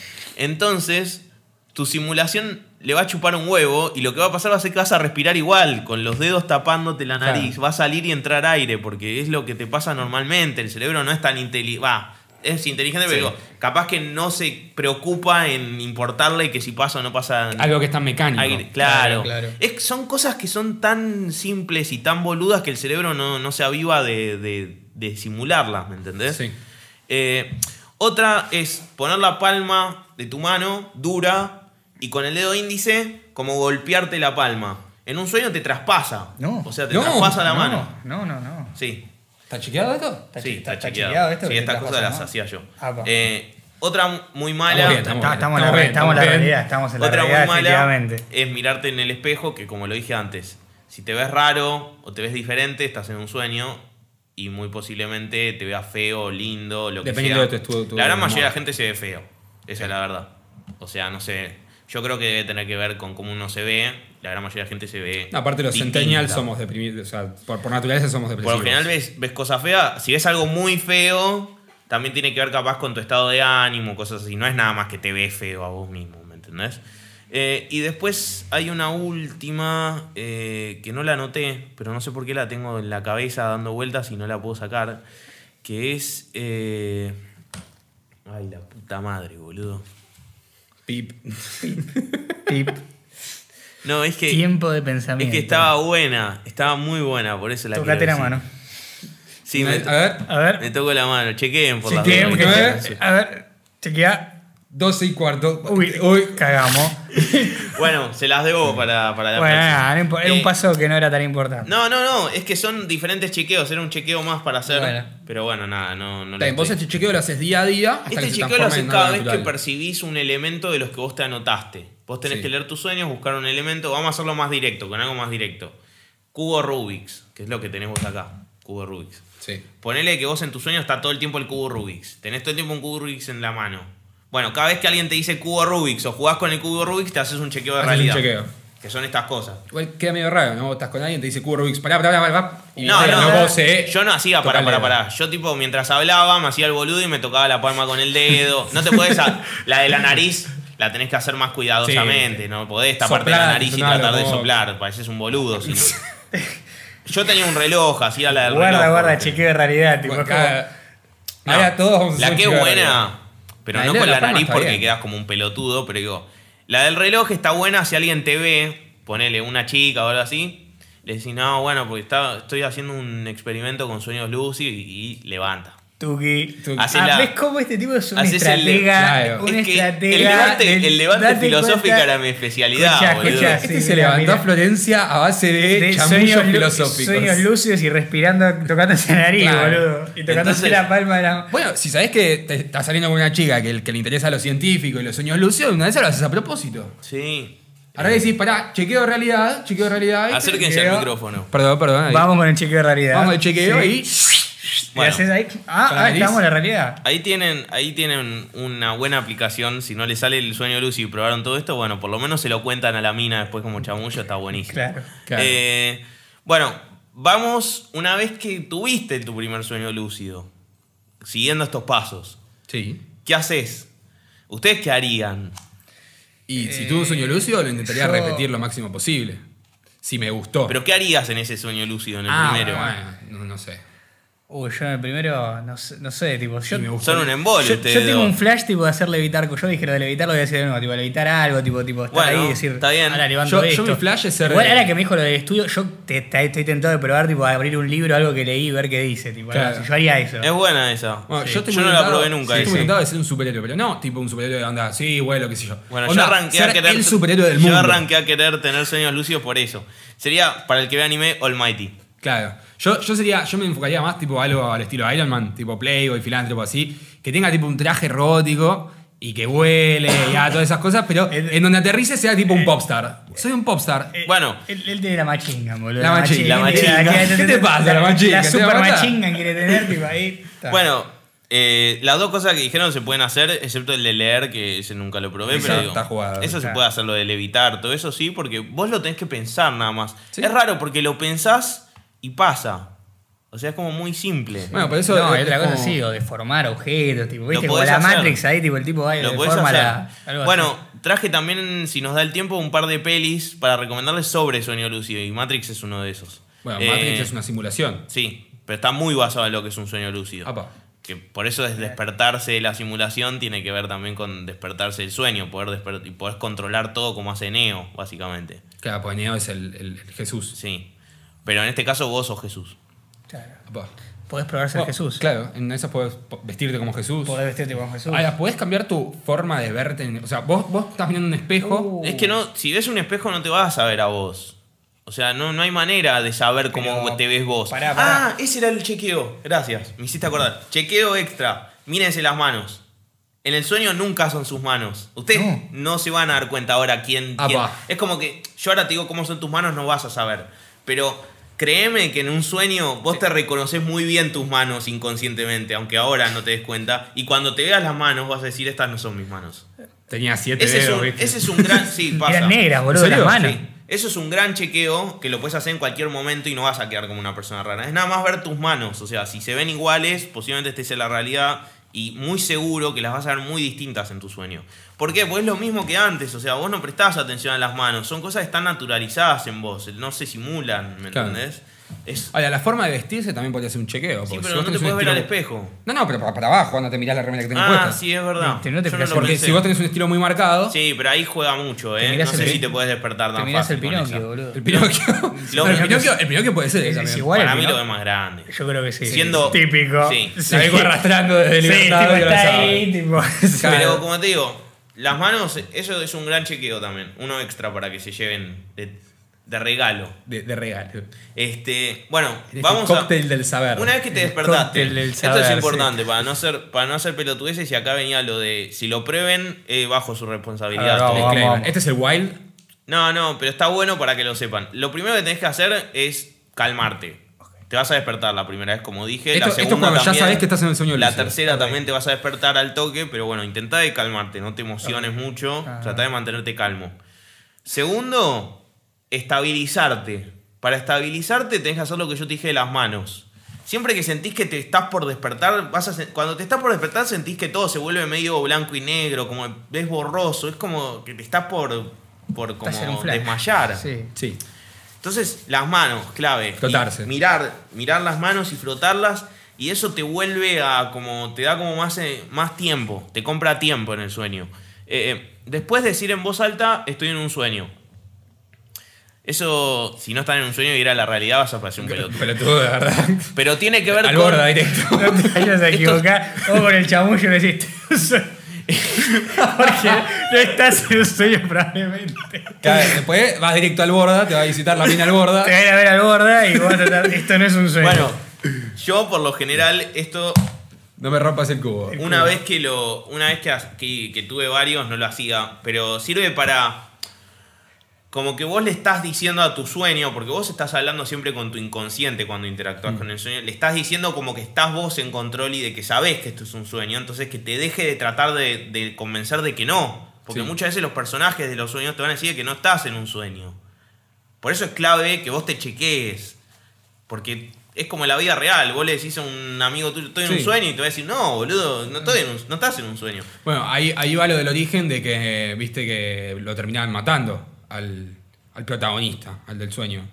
Entonces, tu simulación le va a chupar un huevo y lo que va a pasar va a ser que vas a respirar igual, con los dedos tapándote la nariz.
Claro.
Va a salir y entrar aire, porque es lo que te pasa normalmente. El cerebro no es tan inteligente. Va, es inteligente, pero
Sí.
digo, capaz que no se preocupa en importarle que si pasa o no pasa
Algo que es tan mecánico.
Aire, claro.
Claro, claro.
Es- son cosas que son tan simples y tan boludas que el cerebro no, no se aviva de, de- de simularlas, ¿me entendés?
Sí.
Eh, otra es poner la palma de tu mano dura y con el dedo índice como golpearte la palma. En un sueño te traspasa.
No.
O sea, te
No,
traspasa la
No,
mano.
No, no, no.
Sí.
¿Está chequeado esto?
sí,
chi-
está, chequeado.
chequeado esto
Sí,
que
estas
te
cosas
pasa,
las
¿no?
hacía yo.
Ah, va.
Eh, otra muy mala.
Estamos bien,
Está-
estamos
Estamos, en la
Estamos bien, estamos
realidad, estamos en la
bien.
realidad, estamos en la
Otra
realidad,
muy mala
definitivamente.
es mirarte en el espejo, que como lo dije antes, si te ves raro o te ves diferente, estás en un sueño y muy posiblemente te veas feo, lindo, lo que
Dependiendo
sea.
de tu- tu-
la gran
tu
mayoría de la
humor.
gente se ve feo, esa es la verdad. O sea, no sé, yo creo que debe tener que ver con cómo uno se ve, la gran mayoría de la gente se ve...
No, aparte los
distinta.
centennials somos deprimidos, o sea, por, por naturaleza somos
Por
depresivos.
lo general ves, ves cosas feas, si ves algo muy feo, también tiene que ver capaz con tu estado de ánimo, cosas así. No es nada más que te ves feo a vos mismo, ¿me entendés? Eh, y después hay una última eh, que no la anoté, pero no sé por qué la tengo en la cabeza dando vueltas y no la puedo sacar, que es... eh, Ay, la puta madre, boludo.
Pip.
Tip,
No, es que...
tiempo de
Es
pensamiento.
que estaba buena, estaba muy buena, por eso la quiero
Tocate la
decir.
mano.
Sí, me,
A ver,
A ver.
me toco la mano, chequeen por
Si
las
tenemos
dudas.
ver,
que- A ver, chequea.
12 y cuarto.
Uy, uy, cagamos.
Bueno, se las debo para, para la
Bueno,
próxima.
nada, no impo- era
Eh,
un paso que no era tan importante.
No, no, no, es que son diferentes chequeos, era un chequeo más para hacer.
Bueno.
Pero bueno, nada, no, no lo
Está bien, vos
estoy-
este chequeo lo haces día a día. hasta que
Este
se
chequeo lo
transforma
haces
en
cada
algo
vez que
natural.
percibís un elemento de los que vos te anotaste. Vos tenés
Sí.
que leer tus sueños, buscar un elemento, vamos a hacerlo más directo, con algo más directo. Cubo Rubik's, que es lo que tenés vos acá, cubo Rubik's.
Sí.
Ponele que vos en tu sueño está todo el tiempo el cubo Rubik's. Tenés todo el tiempo un cubo Rubik's en la mano. Bueno, cada vez que alguien te dice cubo Rubik's o jugás con el cubo Rubik's, te haces un chequeo de
Haces un
realidad.
chequeo.
Que son estas cosas.
Igual queda medio raro, ¿no? Vos estás con alguien, te dice cubo Rubik's, pará, pará, pará, pará. y
No,
dice,
no,
vos, eh,
yo no hacía
toca
para,
el
para,
dedo.
para. Yo, tipo, mientras hablaba, me hacía el boludo y me tocaba la palma con el dedo. No te podés. a- la de la nariz la tenés que hacer más cuidadosamente.
Sí.
No podés taparte la
Soplar,
nariz y
sonar
tratar de
los mocos.
soplar. Pareces un boludo. si no. Yo tenía un reloj, hacía la del
guarda,
reloj.
guarda,
porque-
chequeo de realidad. Tipo,
Bueno,
es como-
cada-
No,
Ahora todos vamos a hacer
La
un
que
chequeo de
buena,
realidad.
pero
La
no
del dedo
con
de
la
la palma
nariz
está
porque
bien.
quedas como un pelotudo, pero digo, la del reloj está buena si alguien te ve, ponele una chica o algo así, le decís, no, bueno, porque está, estoy haciendo un experimento con sueños lúcidos y, y levanta.
Tuki.
Tuki.
Hacé
Ah,
la-
¿Ves cómo este tipo es un
Hacés el-
estratega?
claro.
Un
Es que el
estratega.
levante,
del-
el levante
date
filosófico
cuenta-
era mi especialidad,
Escuchá,
boludo.
escuchá,
Este
sí,
se
mira,
levantó
mira.
a Florencia a base de,
de
chamullos
sueños, lu-
filosóficos.
sueños lúcidos y respirando, tocándose la nariz,
Claro.
boludo. Y tocándose
Entonces-
la palma de la
Bueno, si sabés que te estás saliendo con una chica que, que le interesa lo científico y los sueños lúcidos, una vez lo haces a propósito.
Sí.
Ahora decís, pará, chequeo realidad, chequeo realidad. y
Acérquense
chequeo-
al micrófono.
Perdón, perdón. ahí.
Vamos con el chequeo de realidad.
Vamos al chequeo
Sí.
y.
¿Le
Bueno.
haces ahí? Ah,
Con la
ah,
nariz.
estamos en la realidad.
Ahí tienen, ahí tienen una buena aplicación. Si no les sale el sueño Lucy y probaron todo esto, bueno, por lo menos se lo cuentan a la mina después como chamullo, está buenísimo.
Claro.
Claro.
Eh, bueno, vamos una vez que tuviste tu primer sueño lúcido, siguiendo estos pasos,
Sí.
¿qué haces? ¿Ustedes qué harían?
Y si tuve un sueño lúcido, lo intentaría
yo-
repetir lo máximo posible. Si me gustó.
¿Pero qué harías en ese sueño lúcido en el
ah,
primero?
bueno, no, no sé.
Uy, yo en el primero, no sé, no sé tipo, yo,
Si me gustó.
Son un embole
yo,
ustedes
yo tengo
dos.
un flash tipo de hacer levitar, yo dije lo de levitar lo voy a decir de nuevo, tipo levitar algo, tipo, tipo estar
Bueno,
ahí y decir,
está bien.
ahora levanto
Yo- yo
esto.
mi flash es ser-
Igual ahora que me dijo lo del estudio, yo te- te- estoy tentado de probar, tipo, abrir un libro, algo que leí, ver qué dice, tipo, algo
Claro.
así. yo haría eso.
Es buena esa.
Bueno,
Sí.
yo, tengo
no la
inventado-
probé nunca.
sí,
esa.
tengo inventado de ser un superhéroe, pero no tipo un superhéroe de onda, sí, bueno, qué sé yo.
Bueno,
Onda,
yo arranqué
ser
a querer.
el superhéroe del
yo
mundo.
arranqué a querer tener sueños lúcidos por eso. Sería, para el que ve anime, Almighty.
Claro. Yo, yo sería, yo me enfocaría más tipo algo al estilo Iron Man, tipo Playboy, filántropo así, que tenga tipo un traje robótico y que huele y haga todas esas cosas, pero en donde aterrice sea tipo
Eh,
un popstar. Soy un popstar.
Eh,
Bueno.
Él, él tiene la machinga, boludo.
La machinga,
la
él tiene
machinga.
tiene-
¿Qué te pasa, la machinga?
La
¿Te
super
mata?
machinga quiere tener, tipo, ahí. está.
Bueno, eh, las dos cosas que dijeron se pueden hacer, excepto el de leer, que ese nunca lo probé,
Eso
pero digo,
está jugado.
eso se
Claro.
puede hacer, lo de levitar, todo eso sí, porque vos lo tenés que pensar nada más.
Sí.
Es raro porque lo pensás y pasa. O sea, es como muy simple.
Bueno, por eso.
no, y
es
otra cosa
como-
sí, o deformar objetos, tipo, viste, como
podés
la
hacer.
Matrix ahí, tipo, el tipo va y
lo podés
deforma
hacer.
la. algo así.
Bueno, traje también, si nos da el tiempo, un par de pelis para recomendarles sobre Sueño Lúcido, y Matrix es uno de esos.
Bueno,
Eh,
Matrix es una simulación.
Sí, pero está muy basado en lo que es un sueño lúcido.
Apa.
Que por eso es despertarse de la simulación tiene que ver también con despertarse del sueño, poder desper- y poder controlar todo como hace Neo, básicamente.
Claro, pues Neo es el, el- el Jesús.
Sí. Pero en este caso vos sos Jesús.
Claro.
Apa.
Podés probar ser
Bueno,
Jesús.
Claro, en esas puedes po- vestirte como Jesús.
Podés vestirte como Jesús.
Ahora, puedes cambiar tu forma de verte. en- o sea, vos, vos estás mirando un espejo.
Uh.
Es que no, si ves un espejo no te vas a ver a vos. O sea, no, no hay manera de saber cómo
Pero,
te ves vos.
pará, pará.
Ah, ese era el chequeo. Gracias. Me hiciste acordar. Chequeo extra. Mírense las manos. En el sueño nunca son sus manos. Ustedes no,
No.
se van a dar cuenta ahora quién,
Ah,
quién-
va.
Es como que yo ahora te digo cómo son tus manos, no vas a saber. Pero créeme que en un sueño vos te reconoces muy bien tus manos inconscientemente, aunque ahora no te des cuenta. Y cuando te veas las manos vas a decir, estas no son mis manos.
Tenía siete
Ese es,
dedos,
un,
¿viste?
ese es un gran. Sí, pasa.
Eran negras, boludo,
¿En
las
serio?
manos.
Sí. Eso es un gran chequeo que lo puedes hacer en cualquier momento y no vas a quedar como una persona rara. Es nada más ver tus manos. O sea, si se ven iguales, posiblemente estés en la realidad y muy seguro que las vas a ver muy distintas en tu sueño. ¿Por qué? Pues es lo mismo que antes. O sea, vos no prestás atención a las manos. Son cosas que están naturalizadas en vos. No se simulan, ¿me
Claro.
entendés? Es,
Ahora, la forma de vestirse también podría ser un chequeo.
sí,
porque si
pero
vos
no te
tenés un
puedes ver al
estilo-
espejo.
No, no, pero para, para abajo, cuando te mirás la remera que tenés
Ah,
puesta.
sí, es verdad.
Viste, no te
Yo
fijas,
lo
Porque
pensé.
si vos tenés un estilo muy marcado,
Sí, pero ahí juega mucho,
Te
¿eh? No
mirás
sé
el-
si te puedes despertar
Te
tan
mirás
fácil.
el
con esa.
Pinocchio, boludo.
el Pinocchio.
Lo-
Pero el, Pinocchio el Pinocchio puede ser.
Es-
también.
es igual
Para
el
mí lo
Pinocchio.
es más grande.
Yo creo que sí.
Siendo-
Típico.
sí.
La vengo arrastrando desde
Sí, tipo,
Libertad y la
está
sabe.
ahí, tipo.
Claro.
Pero como te digo, las manos, eso es un gran chequeo también. Uno extra para que se lleven de, de regalo.
De, de regalo.
Este, bueno,
Este
vamos a.
cóctel del saber. Este
Una vez que te
El
despertaste,
cóctel del
esto
saber,
es
sí.
importante para no ser para no hacer pelotudeces y acá venía lo de si lo prueben eh, bajo su responsabilidad.
A ver, vamos,
todo.
Disclaimer.
vamos.
Este es el wild.
No, no, pero está bueno para que lo sepan. Lo primero que tenés que hacer es calmarte. Te vas a despertar la primera vez, como dije.
Esto-
la
esto
segunda
cuando ya
también.
sabés que estás en el sueño
La
lúcido.
tercera también te vas a despertar al toque, pero bueno, intentá de calmarte, no te emociones mucho.
Ah.
Tratá de mantenerte calmo. Segundo, estabilizarte. Para estabilizarte tenés que hacer lo que yo te dije de las manos. Siempre que sentís que te estás por despertar, vas a sen- cuando te estás por despertar sentís que todo se vuelve medio blanco y negro, como ves borroso, es como que te estás por, por
Estás en un
como
flash.
desmayar.
Sí.
Sí.
Entonces, las manos, clave.
Frotarse.
Y Mirar, mirar las manos y frotarlas. Y eso te vuelve a como. te da como más, eh, más tiempo. Te compra tiempo en el sueño. Eh, eh, después decir en voz alta, estoy en un sueño. Eso, si no estás en un sueño y ir a la realidad, vas a parecer un pelotudo.
Pelotudo, de verdad.
Pero tiene que ver
Al
con.
borda directo.
No te vayas
Esto-
a equivocar. O con el chamullo y decís. "Te uso". Porque no estás en un sueño probablemente.
Claro, después vas directo al borda, te va a visitar la mina al borda.
Te van a ver al borda y vos vas a tratar. Esto no es un sueño.
Bueno, yo por lo general, esto
No me rompas el cubo.
Una vez que lo. Una vez que, as- que- que tuve varios, no lo hacía. Pero sirve para. Como que vos le estás diciendo a tu sueño, porque vos estás hablando siempre con tu inconsciente cuando
Mm.
interactúas con el sueño, le estás diciendo como que estás vos en control y de que sabés que esto es un sueño, entonces que te deje de tratar de, de convencer de que no, porque
Sí.
muchas veces los personajes de los sueños te van a decir que no estás en un sueño. Por eso es clave que vos te chequees. Porque es como la vida real. Vos le decís a un amigo tuyo, estoy en
Sí.
un sueño, y te va a decir, no, boludo, no, estoy en un- no estás en un sueño.
Bueno, ahí, ahí va lo del origen de que, eh, viste, que lo terminaban matando al, al protagonista, al del sueño.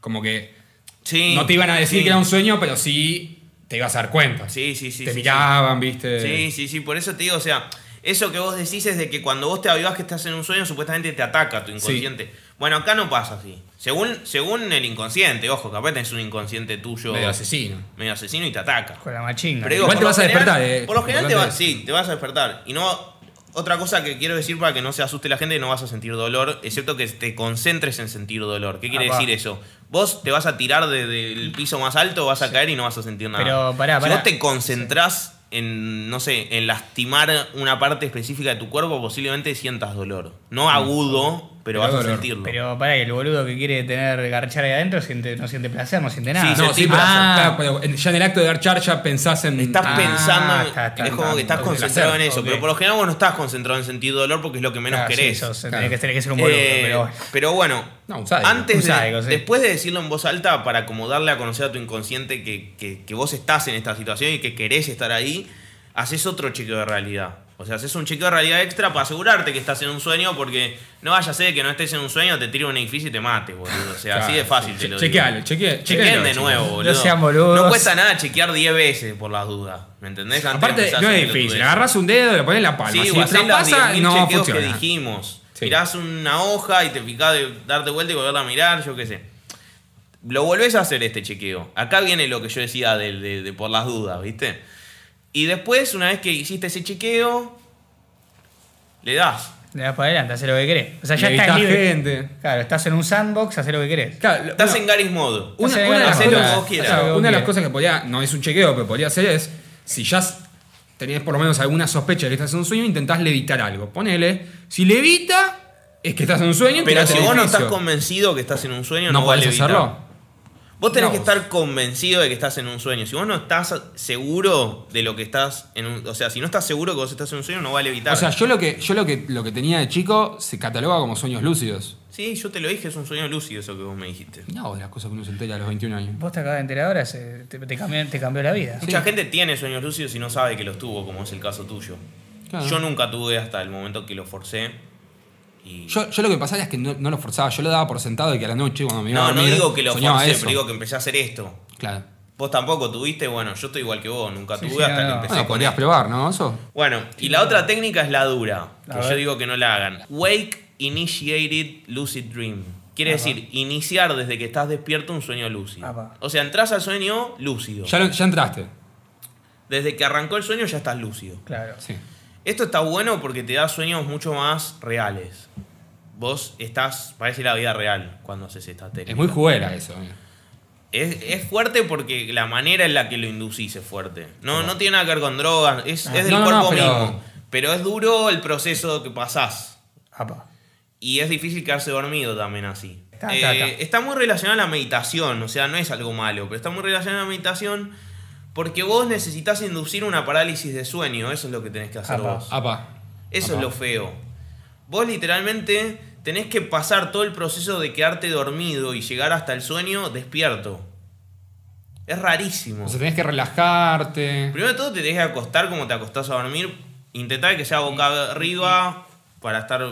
Como que
Sí.
no te iban a decir
sí.
que era un sueño, pero sí te ibas a dar cuenta.
Sí, sí, sí.
te eh.
sí,
miraban,
sí.
viste.
Sí, sí, sí, por eso te digo, o sea, eso que vos decís es de que cuando vos te avivás que estás en un sueño, supuestamente te ataca tu inconsciente. Bueno, acá no pasa así. Según, según el inconsciente, ojo, capaz tenés un inconsciente tuyo
Medio asesino.
medio asesino y te ataca.
Con la machinga.
Pero digo,
Igual
por
te
lo
vas a
general-
despertar, eh.
Por lo general te vas,
Importante
sí, te vas a despertar. Y no. Otra cosa que quiero decir para que no se asuste la gente, no vas a sentir dolor, excepto que te concentres en sentir dolor. ¿Qué quiere
Apa.
decir eso? Vos te vas a tirar desde el piso más alto, vas a caer y no vas a sentir nada.
Pero pará,
Si
pará.
vos te concentrás en, no sé, en lastimar una parte específica de tu cuerpo, posiblemente sientas dolor. No agudo, pero,
Pero
vas a
dolor.
sentirlo.
Pero pará, que el boludo que quiere tener garchar ahí adentro siente- no siente placer, no siente nada.
Sí,
No,
sentí
sí, pero,
placer.
claro, pero en- ya en el acto de dar charcha pensás en.
Ah. Estás
ah,
pensando, en-
está, está,
es como
está,
que estás
está,
concentrado
placer,
en eso,
ok.
pero por lo general vos no estás concentrado en sentir dolor porque es lo que menos
Ah, sí,
querés.
sos-
Claro.
tenés, que, tenés que ser un boludo,
Eh,
pero bueno.
pero bueno,
No, un sádico.
antes
Un
de-
sádico, sí.
después de decirlo en voz alta para como darle a conocer a tu inconsciente que, que- que vos estás en esta situación y que querés estar ahí, haces otro chequeo de realidad. O sea, haces un chequeo de realidad extra para asegurarte que estás en un sueño porque no vaya a ser que no estés en un sueño, te tire un edificio y te mate, boludo. O sea, así de
Claro,
fácil
sí.
te lo digo.
Chequealo, chequealo.
Chequeen de nuevo, boludo.
sean boludos.
No cuesta nada chequear 10 veces por las dudas. ¿Me entendés? Antes de
Aparte,
empezar a
no
hacer
es difícil.
pelotudeces.
Agarrás un dedo, le pones en la palma.
Sí,
si
o hacés
te
los
pasa,
10.000
no
chequeos que
funciona.
dijimos.
Sí.
Mirás una hoja y te fijás de darte vuelta y volverla a mirar, yo qué sé. Lo volvés a hacer este chequeo. Acá viene lo que yo decía de, de- de por las dudas, ¿viste? Y después, una vez que hiciste ese chequeo, le das.
Le das para adelante, haces lo que querés. O sea, ya
Le
estás
evitás
libre.
gente.
Claro, estás en un sandbox, haces lo que querés.
Claro, lo-
Estás
bueno,
en Garry's Modo.
Una,
Hace
una de las
hacer lo que
cosas,
vos quieras.
o sea,
Hace lo que vos
una de las
quieras.
cosas que podía, no es un chequeo, pero podría hacer es, si ya s- tenías por lo menos alguna sospecha de que estás en un sueño, intentás levitar algo. Ponele, si levita, es que estás en un sueño,
Pero
tirate
si
al
vos no
edificio.
estás convencido que estás en un sueño, no,
no podés
vale evitar.
hacerlo.
Vos tenés
No,
que
vos.
estar convencido de que estás en un sueño. Si vos no estás seguro de lo que estás en un. O sea, si no estás seguro que vos estás en un sueño, no vale evitar.
O sea, yo lo que yo lo que lo que tenía de chico se cataloga como sueños lúcidos.
Sí, yo te lo dije, es un sueño lúcido eso que vos me dijiste.
Mirá vos de las cosas que uno se entera a los 21 años.
Vos te acabas de enterar ahora, se- te, te cambió, te cambió la vida.
Mucha gente tiene sueños lúcidos y no sabe que los tuvo, como es el caso tuyo.
Claro.
Yo nunca tuve hasta el momento que lo forcé. Y...
Yo, yo lo que pasaba es que no, no lo forzaba, yo lo daba por sentado de que a la noche cuando me iba a
no, no
dormir,
digo que lo
soñaba
forcé,
eso.
pero digo que empecé a hacer esto.
Claro.
Vos tampoco tuviste, bueno, yo estoy igual que vos, nunca
Sí,
tuve
sí,
hasta
no,
que
no.
empecé.
Bueno,
con
podrías
esto.
probar, ¿no? Eso.
Bueno, y la otra técnica es la dura,
A
que yo
ver.
digo que no la hagan. Wake Initiated Lucid Dream. Quiere decir, iniciar desde que estás despierto un sueño lúcido.
Apa.
O sea, entras al sueño lúcido.
Ya, lo- ya entraste.
Desde que arrancó el sueño ya estás lúcido.
Claro.
Sí.
Esto está bueno porque te da sueños mucho más reales. Vos estás, parece la vida real cuando haces esta técnica.
Es muy juguera eso. eh.
Es, es fuerte porque la manera en la que lo inducís es fuerte. No, no tiene nada que ver con drogas, es, es del
No, no,
cuerpo
no, pero-
mismo. Pero es duro el proceso que pasás.
Apa.
Y es difícil quedarse dormido también así.
Ta, ta, ta.
Eh, está muy relacionado a la meditación, o sea, no es algo malo, pero está muy relacionado a la meditación porque vos necesitas inducir una parálisis de sueño, eso es lo que tenés que hacer
Apa.
vos.
Apa.
Eso
Apa.
es lo feo. Vos literalmente tenés que pasar todo el proceso de quedarte dormido y llegar hasta el sueño despierto. Es rarísimo.
O sea, tenés que relajarte.
Primero de todo te tenés que acostar como te acostás a dormir. Intentar que sea boca arriba para estar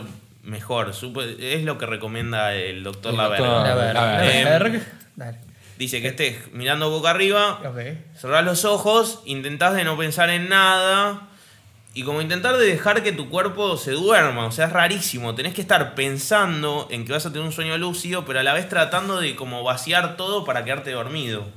mejor. Supo- Es lo que recomienda el doctor
El
Laverga.
doctor.
A
A
ver,
ver, a
ver. Em.
a ver. Dale.
Dice que estés mirando boca arriba,
Ok.
cerrás los ojos, intentás de no pensar en nada Y como intentar de dejar que tu cuerpo se duerma, o sea, es rarísimo. Tenés que estar pensando en que vas a tener un sueño lúcido, pero a la vez tratando de como vaciar todo para quedarte dormido.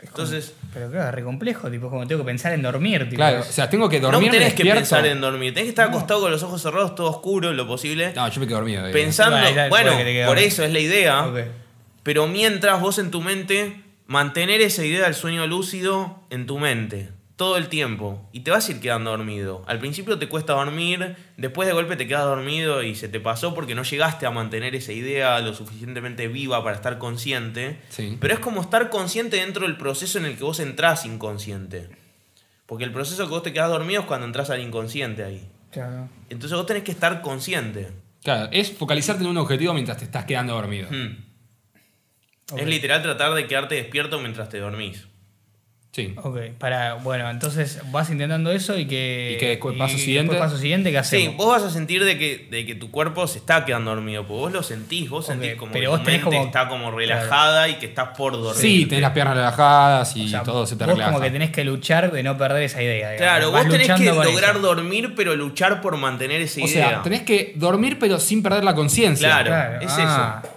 Entonces,
Pero claro, es re complejo, tipo, como tengo que pensar en dormir, tipo.
Claro, o sea, tengo que dormir.
no
me
tenés que
despierto.
pensar en dormir. Tenés que estar acostado con los ojos cerrados, todo oscuro, lo posible.
No, yo me quedo dormido. digo.
pensando,
Ahí está,
bueno,
porque te queda
por
bien.
eso es la idea.
Ok.
Pero mientras vos en tu mente, mantener esa idea del sueño lúcido en tu mente todo el tiempo y te vas a ir quedando dormido. Al principio te cuesta dormir, después de golpe te quedas dormido y se te pasó porque no llegaste a mantener esa idea lo suficientemente viva para estar consciente.
Sí.
Pero es como estar consciente dentro del proceso en el que vos entrás inconsciente. Porque el proceso que vos te quedás dormido es cuando entras al inconsciente ahí.
Claro.
Entonces vos tenés que estar consciente.
Claro, es focalizarte en un objetivo mientras te estás quedando dormido.
Hmm.
Ok.
Es literal tratar de quedarte despierto mientras te dormís.
Sí.
Ok, para, bueno, entonces vas intentando eso y que.
Y que después paso siguiente.
después paso siguiente, ¿qué
Sí,
hacemos?
vos vas a sentir de que, de que tu cuerpo se está quedando dormido, porque vos lo sentís, vos
Ok,
sentís como
pero
que
vos
tu
tenés
mente
como-
está como relajada y que estás por dormir.
Sí, tenés las piernas relajadas y
O sea,
todo se te
vos
relaja.
como que tenés que luchar de no perder esa idea. digamos.
Claro,
Vas
vos tenés
luchando
que
con
lograr
eso.
dormir, pero luchar por mantener esa
O
idea.
sea, tenés que dormir pero sin perder la conciencia.
Claro.
Claro,
es
ah.
eso.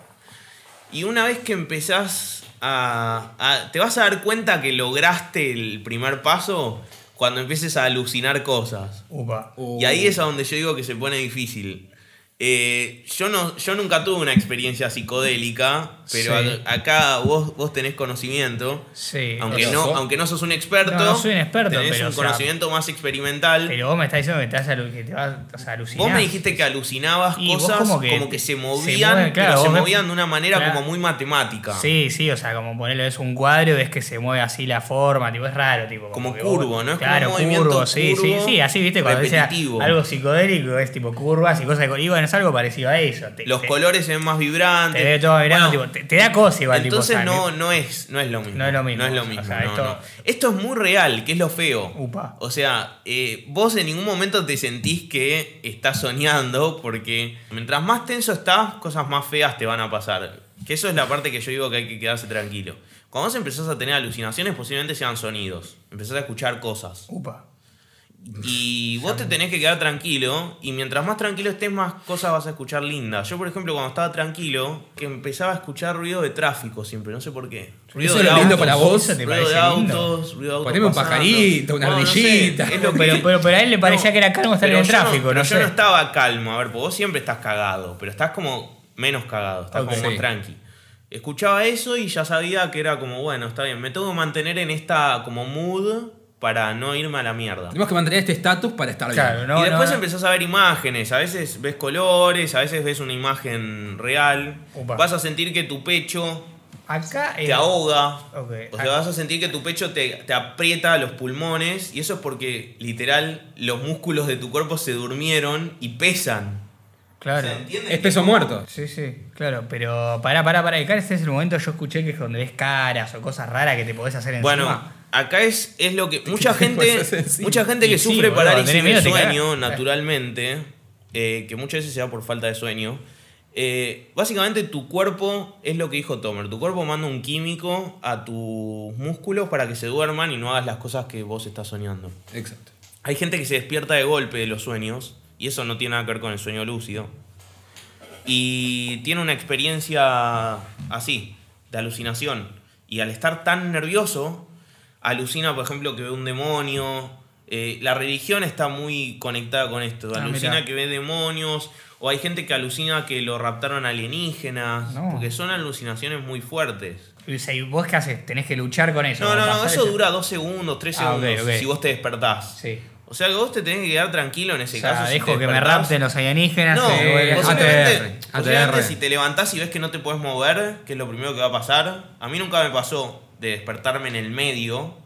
Y una vez que empezás a, a- Te vas a dar cuenta que lograste el primer paso cuando empieces a alucinar cosas.
Upa.
Y ahí es a donde yo digo que se pone difícil. Eh, yo, no, yo nunca tuve una experiencia psicodélica, pero
Sí.
a- acá vos, vos tenés conocimiento.
Sí.
Aunque
o sea,
no,
so-
aunque no sos un experto,
No, no soy un experto,
tenés
pero,
un
o sea,
conocimiento más experimental.
Pero vos me estás diciendo que te vas a, alu- que te vas a alucinar.
vos me dijiste que alucinabas
Y vos
cosas como
como
que,
que
se
se
movían,
mueven,
pero
claro,
se
vos ves-
movían de una manera
Claro.
como muy matemática.
Sí, sí, o sea, como ponerle es un cuadro y ves que se mueve así la forma, tipo, es raro, tipo.
Como
que
curvo, ¿no? Es como
claro,
un movimiento
curvo, sí, sí,
curvo,
sí, así, viste, cuando decía
repetitivo.
algo psicodélico, es tipo curvas y cosas de. Y bueno, es algo parecido a eso. te-
Los
te-
colores se ven más vibrantes.
Te ve todo vibrando,
Bueno,
tipo, te, te da cosa igual, tipo,
Entonces
o sea,
no, no, es, no es lo mismo.
No es lo mismo,
No es lo
o
mismo,
sea,
no, no. esto...
esto-
es muy real, que es lo feo.
Upa.
O sea, eh, vos en ningún momento te sentís que estás soñando porque mientras más tenso estás, cosas más feas te van a pasar. Que eso es la parte que yo digo que hay que quedarse tranquilo. Cuando vos empezás a tener alucinaciones, posiblemente sean sonidos. Empezás a escuchar cosas.
Upa.
Y vos te tenés que quedar tranquilo. Y mientras más tranquilo estés, más cosas vas a escuchar lindas. Yo, por ejemplo, cuando estaba tranquilo, que empezaba a escuchar ruido de tráfico siempre, no sé por qué. Ruido
Eso
de
es lo lindo para vos.
Eso te
ruido de
parece lindo.
autos, ruido de autos.
Poneme un
pasando.
pajarito, una
No, no sé,
ardillita.
es lo que-
Pero, pero, pero a él le parecía
No,
que era calmo estar en
pero
el
yo no-
tráfico,
pero
no
Yo no
sé.
estaba calmo, a ver, porque vos siempre estás cagado, pero estás como menos cagado, estás
Ok.
como más
Sí.
tranqui. Escuchaba eso y ya sabía que era como, bueno, está bien, me tengo que mantener en esta como mood para no irme a la mierda.
Tenemos que mantener este estatus para estar
Claro,
bien.
no,
y después
no, no.
empezás a ver imágenes, a veces ves colores, a veces ves una imagen real.
Upa.
Vas a sentir que tu pecho
Acá
te
era-
ahoga.
Ok.
O sea, vas a sentir que tu pecho te, te aprieta los pulmones y eso es porque literal los músculos de tu cuerpo se durmieron y pesan.
Claro.
¿Se entiende?
Es peso muerto.
Sí, sí, claro, pero pará, pará, pará. Y cara, este es el momento yo escuché que es donde ves caras o cosas raras que te podés hacer encima.
Bueno, acá es, es lo que mucha
te
gente,
pasas encima?
mucha gente que
Y sí,
sufre
boludo,
parálisis
tenés miedo,
del
te cagás.
sueño, naturalmente, eh, que muchas veces se da por falta de sueño. eh, básicamente tu cuerpo es lo que dijo Tomer, tu cuerpo manda un químico a tus músculos para que se duerman y no hagas las cosas que vos estás soñando.
Exacto.
Hay gente que se despierta de golpe de los sueños, y eso no tiene nada que ver con el sueño lúcido. Y tiene una experiencia así, de alucinación. Y al estar tan nervioso, alucina, por ejemplo, que ve un demonio. Eh, la religión está muy conectada con esto.
Ah,
Alucina
mirá.
que ve demonios, o hay gente que alucina que lo raptaron alienígenas,
No.
porque son alucinaciones muy fuertes.
Y, o sea, ¿y vos qué haces? Tenés que luchar con eso.
No, no, no,
pasar
eso dura dos segundos, tres
Ah, ok,
segundos,
ok.
si vos te despertás.
Sí.
O sea, que vos te tenés que quedar tranquilo en ese
O sea,
caso. si
dejo
te
que me
despertás.
rapten los alienígenas.
No,
eh,
eh,
ATR.
posiblemente,
ATR.
posiblemente si te levantás y ves que no te puedes mover, que es lo primero que va a pasar. A mí nunca me pasó de despertarme en el medio,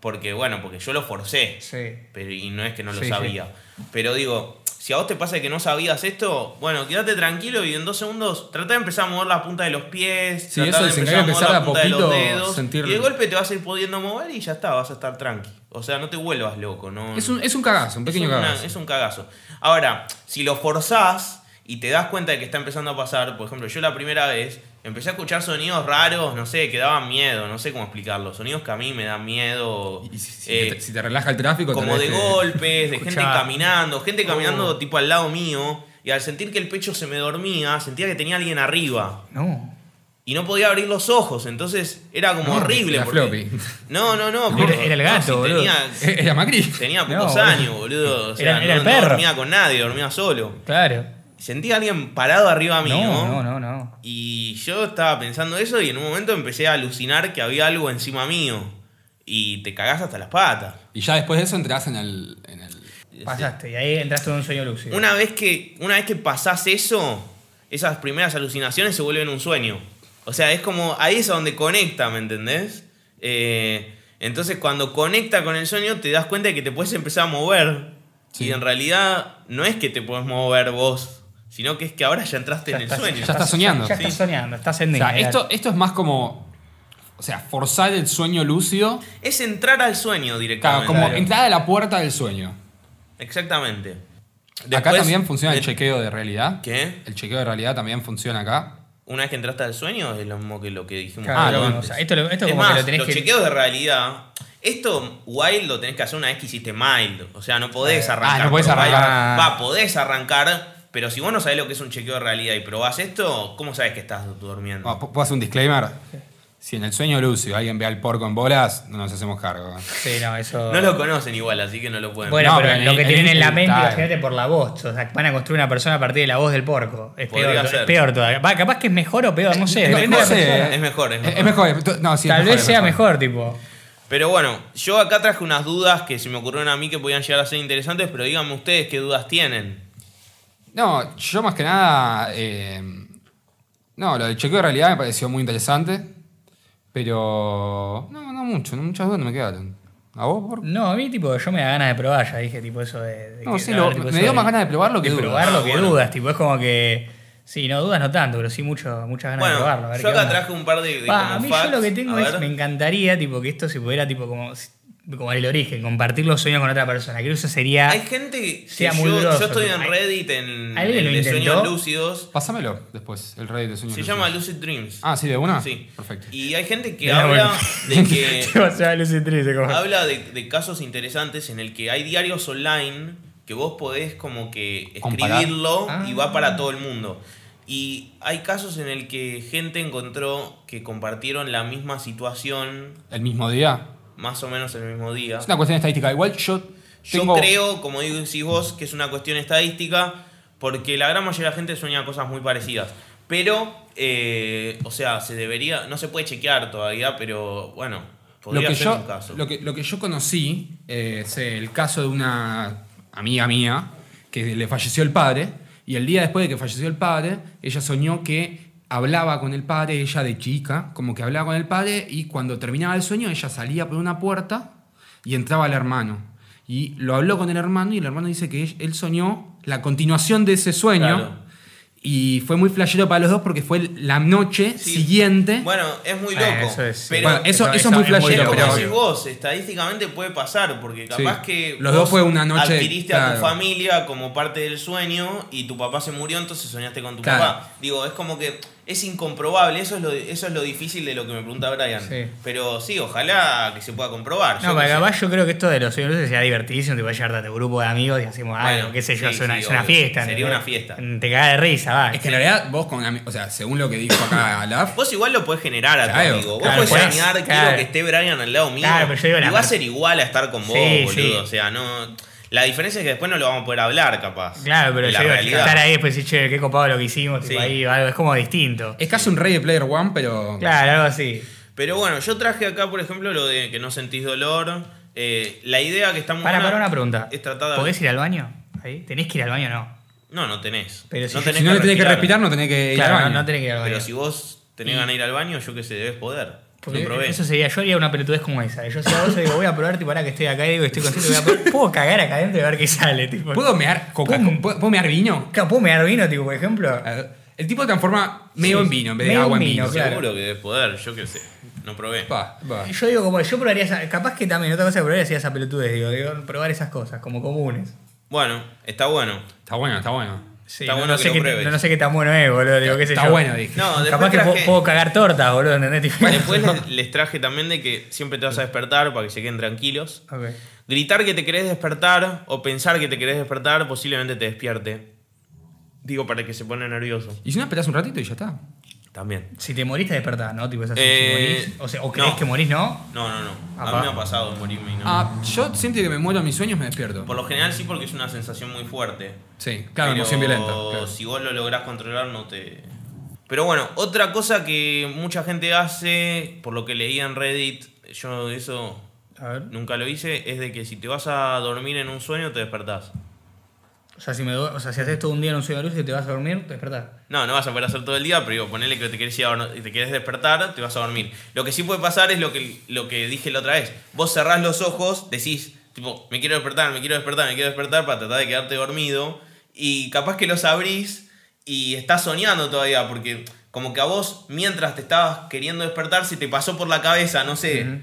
porque bueno, porque yo lo forcé.
Sí.
Pero, y no es que no lo
Sí, sí.
sabía. Pero digo, si a vos te pasa que no sabías esto, bueno, quédate tranquilo y en dos segundos tratá de empezar a mover la punta de los pies.
Sí,
tratá
eso
de
se
empezar a
encarga de
mover la punta de
empezar de a
los
poquito
dedos.
sentir-
Y de golpe te vas a ir pudiendo mover y ya está, vas a estar tranqui. O sea, no te vuelvas loco, ¿no?
Es un, es un cagazo, un pequeño
es, una-
cagazo.
es un cagazo. Ahora, si lo forzás y te das cuenta de que está empezando a pasar, por ejemplo, yo la primera vez Empecé a escuchar sonidos raros, no sé, que daban miedo, no sé cómo explicarlo. Sonidos que a mí me dan miedo.
Y si, si
eh,
te, si te relaja el tráfico, tal
como de
vez te-
golpes, de gente
Escuchá.
caminando, gente caminando
Oh.
tipo al lado mío. Y al sentir que el pecho se me dormía, sentía que tenía alguien arriba.
No.
Y no podía abrir los ojos, entonces era como
No,
horrible.
la
porque-
floppy.
No, no, no.
No,
pero-
era el
no,
gato,
si
boludo.
tenía-
Era Macri.
Tenía
No,
pocos
boludo.
años, boludo. O sea,
Era- era
no,
el
no
perro.
dormía con nadie, dormía solo.
Claro.
Sentí a alguien parado arriba mío.
No, no, no, no.
Y yo estaba pensando eso y en un momento empecé a alucinar que había algo encima mío. Y te cagás hasta las patas.
Y ya después de eso entras en el. En el
Pasaste y ahí entraste en un sueño lúcido.
Una vez que, una vez que pasás eso, esas primeras alucinaciones se vuelven un sueño. O sea, es como, ahí es a donde conecta, ¿me entendés? Eh, entonces, cuando conecta con el sueño, te das cuenta de que te puedes empezar a mover.
Sí.
Y en realidad, no es que te puedes mover vos, sino que es que ahora ya entraste
Ya
en el
estás-
sueño.
Ya estás soñando.
Ya estás
Sí.
soñando, estás en
o sea,
Disney,
esto, esto es más como. O sea, forzar el sueño lúcido.
Es entrar al sueño
Claro,
directamente.
como
Claro.
entrada a la puerta del sueño.
Exactamente.
acá
Después-
también funciona el
de-
chequeo de realidad.
¿Qué?
El chequeo de realidad también funciona acá.
Una vez que entraste al sueño, es lo mismo que lo que dijimos.
Claro,
antes.
no,
o sea, esto lo- esto
es
como que
más,
lo tenés
los
que-
chequeos de realidad. Esto wild lo tenés que hacer una vez que hiciste mild. O sea, no podés
Eh,
arrancar.
ah, no podés
por wild.
arrancar.
Va, podés arrancar, pero si vos no sabés lo que es un chequeo de realidad y probás esto, ¿cómo sabés que estás durmiendo?
Ah, ¿Puedo hacer un disclaimer? Si en el sueño lúcido alguien ve al porco en bolas, no nos hacemos cargo.
Sí, no, eso.
No lo conocen igual, así que no lo pueden.
Bueno,
No,
pero,
pero en
lo
el-
que
en
tienen
el-
en la mente,
claro.
imagínate por la voz. O sea, van a construir una persona a partir de la voz del porco. Es peor,
Podría
es
ser.
peor todavía. Va, capaz que es mejor o peor, no sé.
No,
depende
no
de la
sé,
persona. Eh,
Es mejor, es mejor.
Es mejor. es- no, sí, es
Tal vez
es
sea mejor, tipo.
Pero bueno, yo acá traje unas dudas que se me ocurrieron a mí que podían llegar a ser interesantes, pero díganme ustedes qué dudas tienen.
No, yo más que nada. eh, no, lo del chequeo de realidad me pareció muy interesante. Pero. No, no mucho, no, muchas dudas no me quedaron. ¿A vos, por
No, a mí, tipo, yo me da ganas de probar, ya dije, tipo, eso de. de
No,
que-
sí,
a
lo-
ver, tipo,
me
eso
dio
de-
más ganas de probarlo que
de
dudas.
probar lo que
Ah, bueno.
dudas, tipo, es como que. Sí, no, dudas no tanto, pero sí mucho, muchas ganas de
Bueno,
probarlo. a ver
yo
qué
acá
onda.
traje un par de, de
Pa,
como
a mí
facts.
yo lo que tengo
A
es,
ver.
me encantaría, tipo, que esto se pudiera, tipo, como. Como el origen, compartir los sueños con otra persona. Creo que eso sería.
Hay gente que
Ah, sea
yo,
muy groso,
yo estoy
tipo,
en
hay-
Reddit en
¿alguien
el
lo
de sueños
intentó? Mm,
lúcidos.
Pásamelo después, el rey de sueños.
Se
lúcidos.
llama Lucid Dreams.
Ah, sí, de una.
Sí.
Perfecto.
Y hay gente que
Era
habla
bueno.
de que Ah,
Tipo, se va a lucir triste, como-
habla de, de casos interesantes en el que hay diarios online que vos podés como que
Comparar.
escribirlo
Ah.
y va para todo el mundo. Y hay casos en el que gente encontró que compartieron la misma situación
El mismo día.
más o menos el mismo día.
Es una cuestión estadística. Igual yo
Yo
tengo.
creo, como digo, decís vos, que es una cuestión estadística, porque la gran mayoría de la gente sueña cosas muy parecidas. Pero, eh, o sea, se debería, no se puede chequear todavía, pero bueno,
lo
podría
que
ser
yo,
un caso.
Lo que, lo que yo conocí eh, es el caso de una amiga mía que le falleció el padre y el día después de que falleció el padre, ella soñó que hablaba con el padre, ella de chica, como que hablaba con el padre y cuando terminaba el sueño ella salía por una puerta y entraba el hermano. Y lo habló con el hermano y el hermano dice que él- él soñó la continuación de ese sueño.
Claro.
Y fue muy flashero para los dos porque fue la noche
Sí.
siguiente.
Bueno, es muy
Ah,
loco.
eso es-
pero
Bueno, eso- eso es muy
es
flashero,
lo que
pero-
decís vos, estadísticamente puede pasar, porque capaz
Sí.
que
Los
vos
dos fue una noche,
adquiriste a tu
claro.
familia como parte del sueño y tu papá se murió, entonces soñaste con tu
Claro.
papá. Digo, es como que es incomprobable, eso es lo, eso es lo difícil de lo que me pregunta Brian.
Sí.
Pero sí, ojalá que se pueda comprobar.
No,
qué
para
sé.
capaz yo creo que esto de los sueños lúcidos sería divertidísimo, te voy a llevar a tu grupo de amigos y hacemos
Bueno,
algo, qué sé yo,
sí,
es, una,
sí,
es una
obvio. Sería
fiesta. ¿entendés? Mm,
una fiesta.
Te cagas de risa, va.
Es que en realidad vos con... ami- O sea, según lo que dijo acá Alaf,
Vos igual lo podés generar a
Claro,
tu amigo. Vos
claro,
podés
podés,
soñar, quiero
claro.
que esté Brian al lado mío.
Claro, pero yo digo
y
la
va a
per-
ser igual a estar con vos,
Sí,
boludo.
sí.
O sea, no. La diferencia es que después no lo vamos a poder hablar, capaz.
Claro, pero
En
yo
la
digo,
realidad.
estar ahí después y che, qué copado lo que hicimos, tipo
Sí.
ahí o algo, es como distinto.
es casi un rey de Player One, pero...
Claro, algo así.
Pero bueno, yo traje acá, por ejemplo, lo de que no sentís dolor. Eh, la idea que está muy
Para,
buena
para una pregunta.
Es tratada.
¿Podés ir al baño? ¿Ahí? ¿Tenés que ir al baño o no?
No, no tenés.
Pero si-
Si no le tenés que respirar, no tenés que ir
Claro,
al baño.
no, no tenés que ir al baño.
Eh, Pero si vos tenés ganas de ir al baño, yo que sé, debes poder.
Porque
Lo probé.
eso sería, yo haría una pelotudez como esa. Yo si a vos digo, voy a probar, tipo, ahora que estoy acá, digo, estoy contento, voy a probar. Puedo cagar acá adentro y ver qué sale, tipo.
¿Puedo mear coca?
Pum.
¿Puedo, puedo mear vino?
Claro, ¿Puedo mear vino, tipo, por ejemplo?
A ver, El tipo transforma medio
Sí,
en vino en vez de
medio
agua en
en
vino.
vino, claro.
Seguro que debes poder, yo que sé. No probé.
Pa, pa.
Yo digo, como yo probaría esa- capaz que también otra cosa que probaría sería esa pelotudez, digo, digo, probar esas cosas como comunes.
Bueno, está bueno.
Está bueno, está bueno.
Sí,
está
no,
bueno
no
que
sé
lo
qué-
pruebes.
no, no sé qué tan bueno es, boludo. Digo, qué sé
Está
yo.
bueno, dije.
No, después
Capaz que
traje-
puedo, puedo cagar torta, boludo, ¿entendés? Tipo,
Después les, les traje también de que siempre te vas a despertar para que se queden tranquilos.
Ok.
Gritar que te querés despertar o pensar que te querés despertar posiblemente te despierte. Digo, para que se pone nervioso.
Y si no, esperás un ratito y ya está.
También.
Si te morís, te despertás, ¿no? Tipo, es así,
Eh,
si morís. O, sea, o crees
no.
que morís, ¿no?
No, no, no. A
Apa.
mí me ha pasado morirme y no.
Ah, yo siempre que me muero en mis sueños me despierto.
Por lo general sí porque es una sensación muy fuerte.
Sí, claro,
Pero
emoción violenta. claro.
Si vos lo lográs controlar, no te. Pero bueno, otra cosa que mucha gente hace, por lo que leía en Reddit, yo eso
A ver.
nunca lo hice, es de que si te vas a dormir en un sueño, te despertás.
O sea, si, me, do- o sea, si haces todo un día en un sueño de luz y te vas a dormir, te despertás.
No, no vas a poder hacer todo el día, pero digo, ponele que te querés, ir a dor- y te querés despertar, te vas a dormir. Lo que sí puede pasar es lo que, lo que dije la otra vez. Vos cerrás los ojos, decís, tipo, me quiero despertar, me quiero despertar, me quiero despertar para tratar de quedarte dormido. Y capaz que los abrís y estás soñando todavía, porque como que a vos, mientras te estabas queriendo despertar, se te pasó por la cabeza, no sé,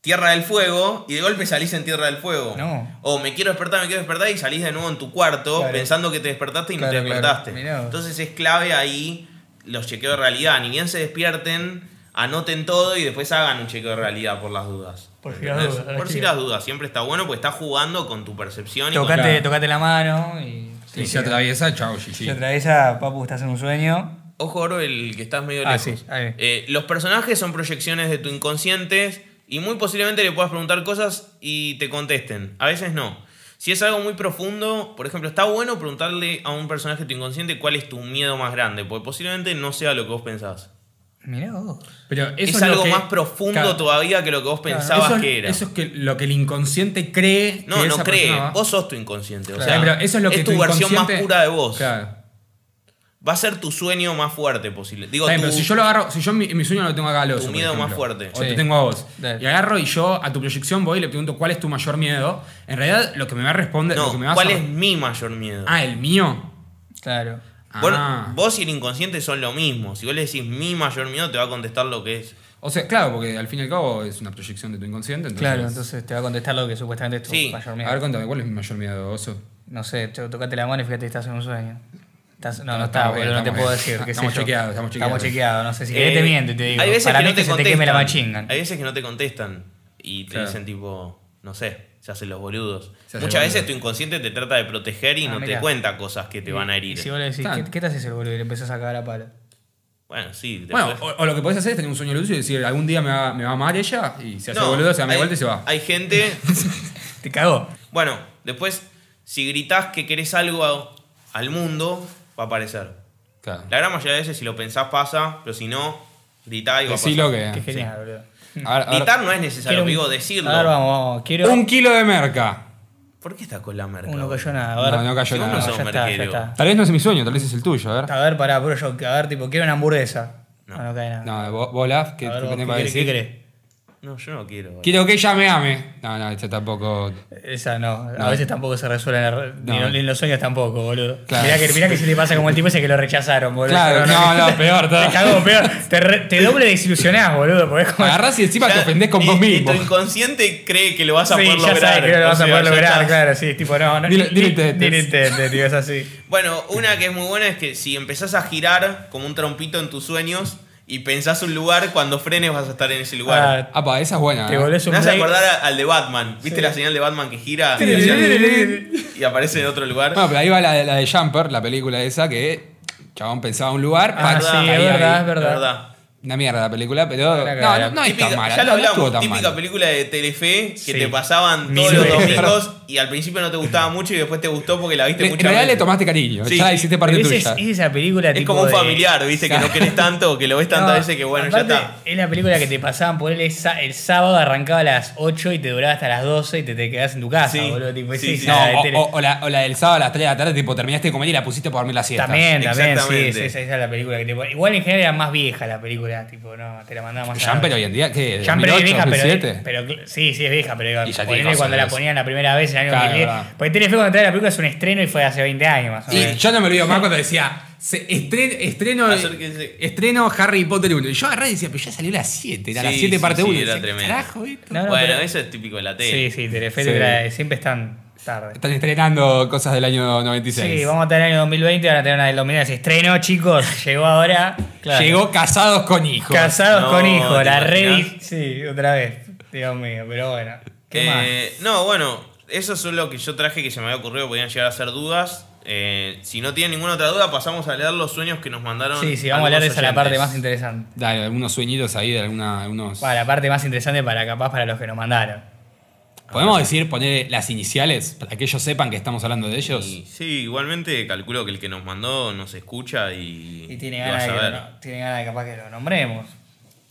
Tierra del Fuego y de golpe salís en Tierra del Fuego.
No.
O me quiero despertar, me quiero despertar y salís de nuevo en tu cuarto
Claro.
pensando que te despertaste y no
Claro,
te
claro.
despertaste.
Mirá vos.
Entonces es clave ahí los chequeos de realidad. Ni bien se despierten, anoten todo y después hagan un chequeo de realidad por las dudas.
Por si las
¿Entendés?
dudas,
Por si
sí.
las dudas. Siempre está bueno porque estás jugando con tu percepción y con-
Tocate,
claro.
tocate la mano y.
Y si atraviesa, chao, GG.
Si atraviesa, papu, estás en un sueño.
Ojo, oro, el que estás medio
Ah,
lejos.
sí, ahí.
Eh, los personajes son proyecciones de tu inconsciente y muy posiblemente le puedas preguntar cosas y te contesten. A veces no. Si es algo muy profundo, por ejemplo, está bueno preguntarle a un personaje de tu inconsciente cuál es tu miedo más grande, porque posiblemente no sea lo que vos pensás.
Mirá vos.
Pero eso
es,
lo
algo
que-
más profundo
claro,
todavía que lo que vos
claro,
pensabas
eso es-
que era.
Eso es que lo que el inconsciente cree.
no,
que
no
esa
cree.
persona va-
Vos sos tu inconsciente.
Claro.
O sea,
Pero eso es lo que
tu, versión más
inconsciente-
pura de vos.
Claro.
Va a ser tu sueño más fuerte posible. Digo,
Está bien,
tu-
pero si yo lo agarro, si yo mi, mi sueño lo tengo acá al oso,
Tu
por
miedo
ejemplo,
más fuerte.
O
Sí.
te tengo a vos.
Dale.
Y agarro y yo a tu proyección voy y le pregunto cuál es tu mayor miedo. En realidad, lo que me va a responder. lo
no,
que me va
¿cuál
a...
es mi mayor miedo?
Ah, el mío.
Claro.
Bueno,
Ah.
vos y el inconsciente son lo mismo. Si vos le decís mi mayor miedo, te va a contestar lo que es.
O sea, claro, porque al fin y al cabo es una proyección de tu inconsciente. Entonces,
Claro, entonces te va a contestar lo que supuestamente es tu
Sí.
mayor
A
miedo.
ver, contame, ¿cuál es mi mayor miedo, oso?
No sé, to- tocate la mano y fíjate, estás en un sueño. Estás- no, no,
No,
está,
estamos bien,
boludo, no te
estamos
puedo
bien.
decir. qué sé
Estamos
yo.
chequeados, estamos chequeados.
Estamos chequeados, no sé si querés
Eh,
te miente, te digo.
Hay veces
Para
que
mí
no
que
te
se te queme la
contestan.
machingan.
Hay veces que no te contestan y te
Claro.
dicen tipo, no sé, se hacen los boludos.
Se hacen
Muchas
boludos.
veces tu inconsciente te trata de proteger y
Ah,
no te
mirá.
cuenta cosas que te van a herir.
Y si vos le decís,
Claro.
¿qué, qué te haces el boludo? Y le empezás a cagar a palo.
Bueno, sí. te
Bueno,
puedes-
o, o lo que podés hacer es tener un sueño lúcido y decir algún día me va, me va a amar ella y se hace
No,
boludo, se da media
hay-
vuelta y se va.
Hay gente
Te cagó.
Bueno, después, si gritás que querés algo a- al mundo, va a aparecer.
Claro.
La gran mayoría de veces, si lo pensás, pasa, pero si no, gritá y va a pasar.
Decilo que.
Qué genial, boludo.
A ver, a ver.
Gritar no es
Quiero
necesario,
un-
digo, decirlo.
A ver, vamos, vamos. Quiero.
Un kilo de merca.
¿Por qué estás con la merca?
Uh, no
boludo?
cayó nada. A ver.
No, no cayó
Si vos
nada.
no
Ah,
sos
ya está, ya
merquero.
está.
Tal vez no es mi sueño, tal vez es el tuyo, a ver.
A ver, pará, bro, yo. A ver, tipo, quiero una hamburguesa. No, no, cae nada.
No, vos, vos Laf, ¿qué,
a
qué
ver, vos,
tenés
¿qué,
para
querés, qué
decir?
querés?
No, yo no quiero. boludo.
Quiero que ella me ame. No, no, esto tampoco.
Esa no.
No.
A veces tampoco se resuelve en, la re- ni
No.
en- en los sueños tampoco, boludo.
Claro.
Mirá, que, mirá que si te pasa como el tipo ese que lo rechazaron, boludo.
Claro, no, no, peor
Te
todo.
cagó, peor. Te, re- te doble desilusionás, boludo. Porque es como.
Agarrás y encima
Ya,
te ofendés con
y-
vos
y
mismo.
Tu inconsciente cree que lo vas a
sí,
poder
ya
lograr.
sabes que no lo
o
vas a
sea,
poder
ya
lograr,
estás-
claro, sí. Tipo, no, no.
Dilo-
ni-
dilo
ni-
intentes.
ni lo intentes, tío, es así.
Bueno, una que es muy buena es que si empezás a girar como un trompito en tus sueños y pensás un lugar, cuando frenes vas a estar en ese lugar.
Ah,
Apa, esa es buena.
Te
¿eh?
volvés un
Me hace
break.
acordar a- al de Batman. ¿Viste la señal de Batman que gira y, y aparece en otro lugar?
Ah,
Bueno, pero ahí va la de, la de Jumper, la película esa que. Chabón pensaba un lugar,
Ah,
pac,
sí,
caía
es
ahí.
verdad, es verdad.
Una mierda la película, pero.
Una
No,
cagada.
no, no es
Típica-
tan mala.
ya lo
no estuvo
hablamos,
tan
típica
mala.
película de Telefe que
Sí.
te pasaban
Mil
todos los
veces.
domingos y al principio no te gustaba mucho y después te gustó porque la viste
Le- En
muchas
realidad le
veces.
tomaste cariño,
Sí,
ya
sí.
hiciste
Pero
parte
esa es,
tuya.
es esa película
Es
tipo
como un
de-
familiar, ¿viste? Que no querés tanto, que lo ves tantas
No,
veces que bueno,
aparte,
ya está.
Es la película que te pasaban por él el, sa- el sábado, arrancaba a las 8 y te duraba hasta las 12 y te, te quedabas en tu casa,
Sí.
boludo. Tipo, es
Sí, sí.
esa de
No,
tele.
o, o- o la, o la del sábado a las 3 de la tarde, tipo, terminaste de comer y la pusiste para dormir la siesta.
también, también, sí,
Exactamente.
es- esa, esa es la película que te pon- Igual en general era más vieja la película, tipo, no, te la mandaba más a la
Jumper
noche.
hoy en día, ¿qué?
Jumper es
2008,
vieja, pero,
2007?
pero cl- sí, sí es vieja, pero digo,
Y ya tiene
ponele
cosas
cuando
de
la
eso.
ponían la primera vez en el año
Claro,
2010.
verdad.
Porque Telefe cuando trae la película es un estreno y fue hace 20 años más o
Y
menos.
yo no me olvido más cuando decía se- estre- estreno,
Ah, Acérquense.
estreno Harry Potter 1. Y yo agarré y decía, pero ya salió la 7, era la
Sí,
7
sí,
parte
sí,
1.
era tremendo.
Carajo, esto.
No, no,
bueno,
pero-
eso es típico de la tele.
Sí, sí, Telefe
Sí.
te trae- siempre están. Tarde.
Están estrenando cosas del año 96.
Sí, vamos a tener el año 2020, van a tener una del 2010. Estreno, chicos, llegó ahora. Claro.
Llegó casados con hijos.
Casados
No,
con hijos,
¿te
la
imaginas?
red. Sí, otra vez. Dios mío, pero bueno. ¿Qué más?
Eh, No, bueno, eso es lo que yo traje que se me había ocurrido, podían llegar a ser dudas. Eh, si no tienen ninguna otra duda, pasamos a leer los sueños que nos mandaron.
Sí, sí, vamos a hablar de
algunos
esa la parte
oyentes.
más interesante.
Dale, algunos sueñitos ahí de alguna, algunos.
Bueno, la parte más interesante para capaz para los que nos mandaron.
¿Podemos decir poner las iniciales para que ellos sepan que estamos hablando de ellos?
Y Sí, igualmente calculo que el que nos mandó nos escucha y,
Y tiene
y va a
ganas, de que
saber.
lo- tiene ganas de capaz que lo nombremos.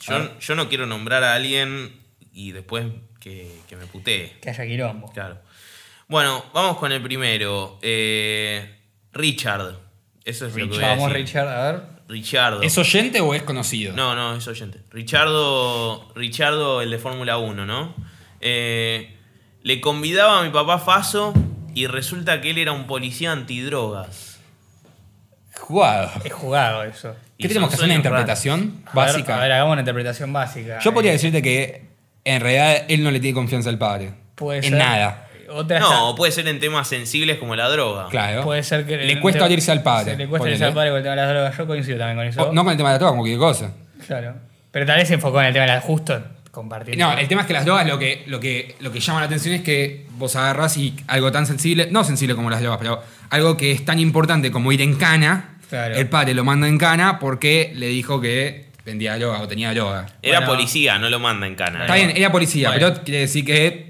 Yo, yo no quiero nombrar a alguien y después que, que me putee.
Que haya quilombo.
Claro. Bueno, vamos con el primero. Eh, Richard. Eso es lo que voy a
Vamos,
decir.
Richard, a ver.
Richardo.
¿Es oyente o es conocido?
No, no, es oyente. Richardo, Richardo el de Fórmula 1, ¿no? Eh, le convidaba a mi papá Faso y resulta que él era un policía antidrogas.
Jugado.
Es jugado eso.
Y
¿Qué
son
tenemos que hacer? ¿Una
sueños raros.
interpretación
A ver,
básica?
a ver, hagamos una interpretación básica.
Yo podría
Eh,
decirte que en realidad él no le tiene confianza al padre.
puede
en
ser-
nada.
Otra
No, puede ser en temas sensibles como la droga.
Claro.
Puede ser que.
Le cuesta abrirse al padre,
Sí, Le cuesta abrirse
ponele.
al padre con el tema de las drogas. Yo coincido también con eso.
O- no con el tema de la droga, con cualquier cosa.
Claro. Pero tal vez se enfocó en el tema de las. Justo compartir.
No, el tema es que las drogas lo que, lo que, lo que llama la atención es que vos agarrás y algo tan sensible, no sensible como las drogas, pero algo que es tan importante como ir en cana,
Claro.
el padre lo manda en cana porque le dijo que vendía droga o tenía droga.
Era
Bueno.
policía, no lo manda en cana.
Está
¿eh?
bien, era policía,
Bueno.
pero quiere decir que